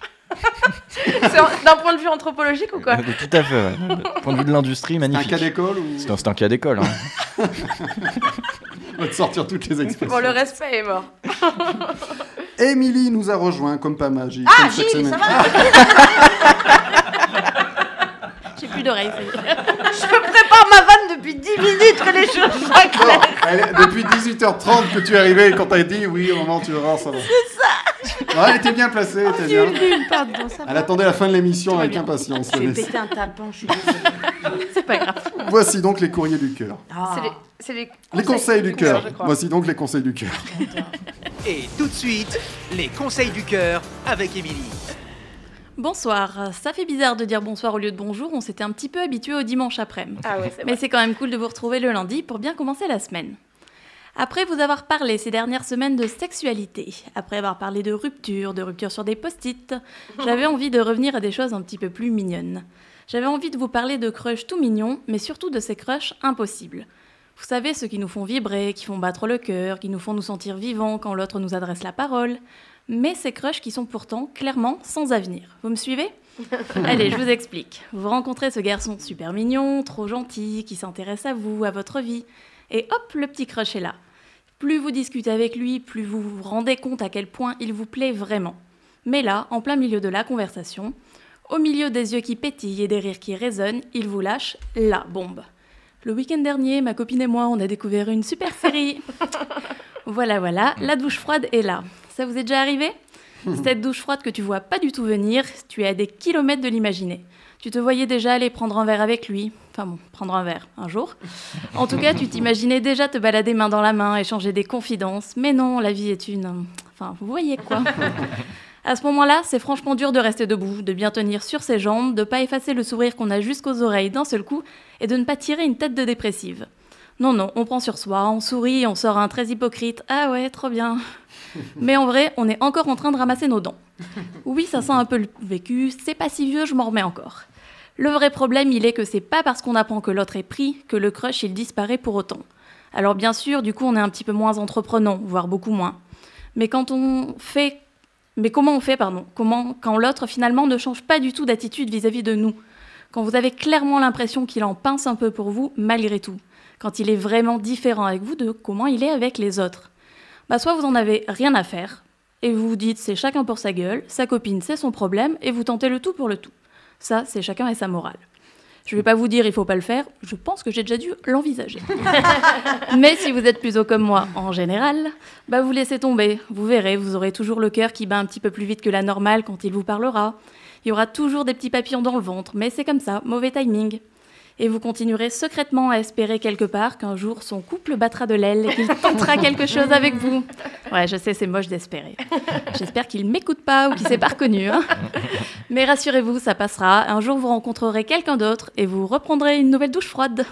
C'est en- D'un point de vue anthropologique ou quoi Euh, Tout à fait, ouais. Point de vue de l'industrie, magnifique. cas d'école ou- C'est un, c'est un cas d'école. hein. On va te sortir toutes les expressions. Bon, le respect est mort. Émilie nous a rejoint comme pas magie. Ah, comme chaque Gilles, semaine. ça va J'ai plus d'oreilles. Je prépare ma vanne depuis 10 minutes que les choses soient claires. Elle est- depuis 18h30 que tu es arrivé quand t'as dit oui, au moment où tu vas voir, ça va. C'est ça Elle était bien placée, elle était bien. pardon, ça Elle attendait la fin de l'émission avec impatience. Je vais péter un tapin, je suis désolée. C'est pas grave. Voici donc les courriers du cœur. C'est Ah. les- C'est les, Les conseils du cœur. je crois. Voici donc les conseils du cœur. Et tout de suite, les conseils du cœur avec Émilie. Bonsoir. Ça fait bizarre de dire bonsoir au lieu de bonjour. On s'était un petit peu habitué au dimanche après-midi. Ah ouais, c'est vrai. Mais c'est quand même cool de vous retrouver le lundi pour bien commencer la semaine. Après vous avoir parlé ces dernières semaines de sexualité, après avoir parlé de rupture, de rupture sur des post-it, j'avais envie de revenir à des choses un petit peu plus mignonnes. J'avais envie de vous parler de crushs tout mignons, mais surtout de ces crushs impossibles. Vous savez, ceux qui nous font vibrer, qui font battre le cœur, qui nous font nous sentir vivants quand l'autre nous adresse la parole. Mais ces crushs qui sont pourtant clairement sans avenir. Vous me suivez Allez, je vous explique. Vous rencontrez ce garçon super mignon, trop gentil, qui s'intéresse à vous, à votre vie. Et hop, le petit crush est là. Plus vous discutez avec lui, plus vous vous rendez compte à quel point il vous plaît vraiment. Mais là, en plein milieu de la conversation, au milieu des yeux qui pétillent et des rires qui résonnent, il vous lâche la bombe. Le week-end dernier, ma copine et moi, on a découvert une super série. voilà, voilà, la douche froide est là. Ça vous est déjà arrivé Cette douche froide que tu vois pas du tout venir, tu es à des kilomètres de l'imaginer. Tu te voyais déjà aller prendre un verre avec lui. Enfin bon, prendre un verre, un jour. En tout cas, tu t'imaginais déjà te balader main dans la main, échanger des confidences. Mais non, la vie est une... Enfin, vous voyez quoi. À ce moment-là, c'est franchement dur de rester debout, de bien tenir sur ses jambes, de pas effacer le sourire qu'on a jusqu'aux oreilles d'un seul coup et de ne pas tirer une tête de dépressive. Non, non, on prend sur soi, on sourit, on sort un très hypocrite. Ah ouais, trop bien. Mais en vrai, on est encore en train de ramasser nos dents. Oui, ça sent un peu le vécu, c'est pas si vieux, je m'en remets encore. Le vrai problème, il est que c'est pas parce qu'on apprend que l'autre est pris que le crush il disparaît pour autant. Alors bien sûr, du coup, on est un petit peu moins entreprenant, voire beaucoup moins. Mais quand on fait mais comment on fait, pardon Comment quand l'autre finalement ne change pas du tout d'attitude vis-à-vis de nous Quand vous avez clairement l'impression qu'il en pince un peu pour vous, malgré tout Quand il est vraiment différent avec vous de comment il est avec les autres Bah soit vous en avez rien à faire, et vous vous dites c'est chacun pour sa gueule, sa copine c'est son problème, et vous tentez le tout pour le tout. Ça, c'est chacun et sa morale. Je ne vais pas vous dire il faut pas le faire, je pense que j'ai déjà dû l'envisager. Mais si vous êtes plutôt comme moi en général, bah vous laissez tomber, vous verrez, vous aurez toujours le cœur qui bat un petit peu plus vite que la normale quand il vous parlera. Il y aura toujours des petits papillons dans le ventre, mais c'est comme ça, mauvais timing. Et vous continuerez secrètement à espérer quelque part qu'un jour son couple battra de l'aile et qu'il tentera quelque chose avec vous. Ouais, je sais, c'est moche d'espérer. J'espère qu'il m'écoute pas ou qu'il s'est pas reconnu. hein. Mais rassurez-vous, ça passera. Un jour, vous rencontrerez quelqu'un d'autre et vous reprendrez une nouvelle douche froide.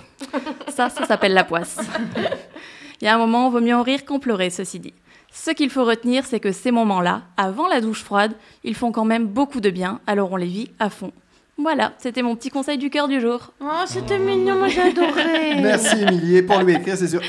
Ça, ça s'appelle la poisse. Il y a un moment, vaut mieux en rire qu'en pleurer, ceci dit. Ce qu'il faut retenir, c'est que ces moments-là, avant la douche froide, ils font quand même beaucoup de bien, alors on les vit à fond. Voilà, c'était mon petit conseil du cœur du jour. Oh, c'était mignon, moi j'ai adoré. Merci Émilie. Et pour lui écrire, c'est sur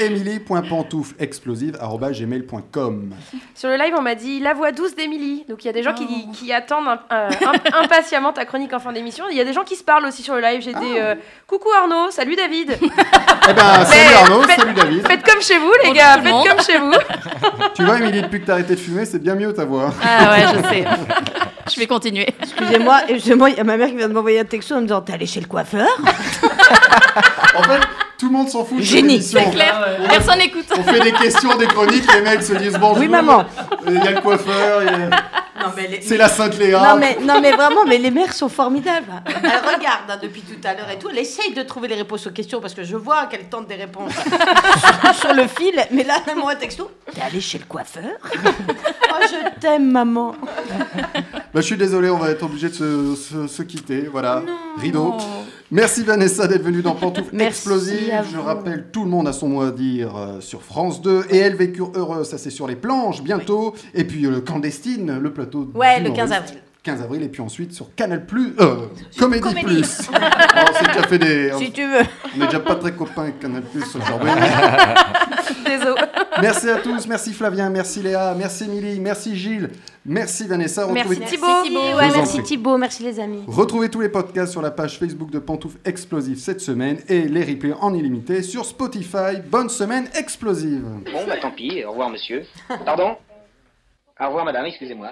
émilie.pantouflexplosive.gmail.com. Sur le live, on m'a dit la voix douce d'Émilie. Donc il y a des gens Oh. qui, qui attendent un- euh, imp- impatiemment ta chronique en fin d'émission. Il y a des gens qui se parlent aussi sur le live. J'ai Ah. des euh, coucou Arnaud, salut David. Eh ben, salut Mais Arnaud, faites- salut David. Faites comme chez vous, les Bonjour gars. tout le Faites monde. comme chez vous. Tu vois, Émilie, depuis que t'as arrêté de fumer, c'est bien mieux ta voix. Ah ouais, je sais. Je vais continuer. Excusez-moi, excusez-moi, il y a ma mère qui vient de m'envoyer un texto en me disant T'es allé chez le coiffeur En fait, tout le monde s'en fout. de cette Génie. émission. C'est clair, Ah On- personne n'écoute. On fait des questions, des chroniques, les mecs se disent bonjour. Oui, maman. Il y a le coiffeur. il y a- Non, mais les- C'est la Sainte-Léa. Non mais, non mais vraiment, mais les mères sont formidables. Elle regarde hein, depuis tout à l'heure et tout. Elle essaye de trouver les réponses aux questions parce que je vois qu'elle tente des réponses sur- sur le fil. Mais là, elle m'envoie un texto. T'es allée chez le coiffeur Oh, je t'aime, maman. Bah, je suis désolé, on va être obligé de se, se- se quitter. Voilà, rideau. Merci Vanessa d'être venue dans Pantoufles Merci Explosives. à Je vous. rappelle, tout le monde a son mot à dire euh, sur France 2. Et elles vécurent heureux, ça c'est sur les planches bientôt. Et puis euh, Clandestine, le plateau. Ouais, le d'humoristes. 15 avril. 15 avril, et puis ensuite sur Canal Plus. euh, Comédie, Comédie. Plus. Alors, on s'est déjà fait des. Si tu veux. On n'est déjà pas très copains avec Canal Plus aujourd'hui. Désolé. Merci à tous, merci Flavien, merci Léa, merci Émilie, merci Gilles, merci Vanessa. Retrouvez- Ouais, Je vous en merci prie. Thibaut, merci les amis. Retrouvez tous les podcasts sur la page Facebook de Pantouf Explosive cette semaine et les replays en illimité sur Spotify. Bonne semaine explosive Bon, bah tant pis, au revoir monsieur. Pardon Au revoir madame, excusez-moi.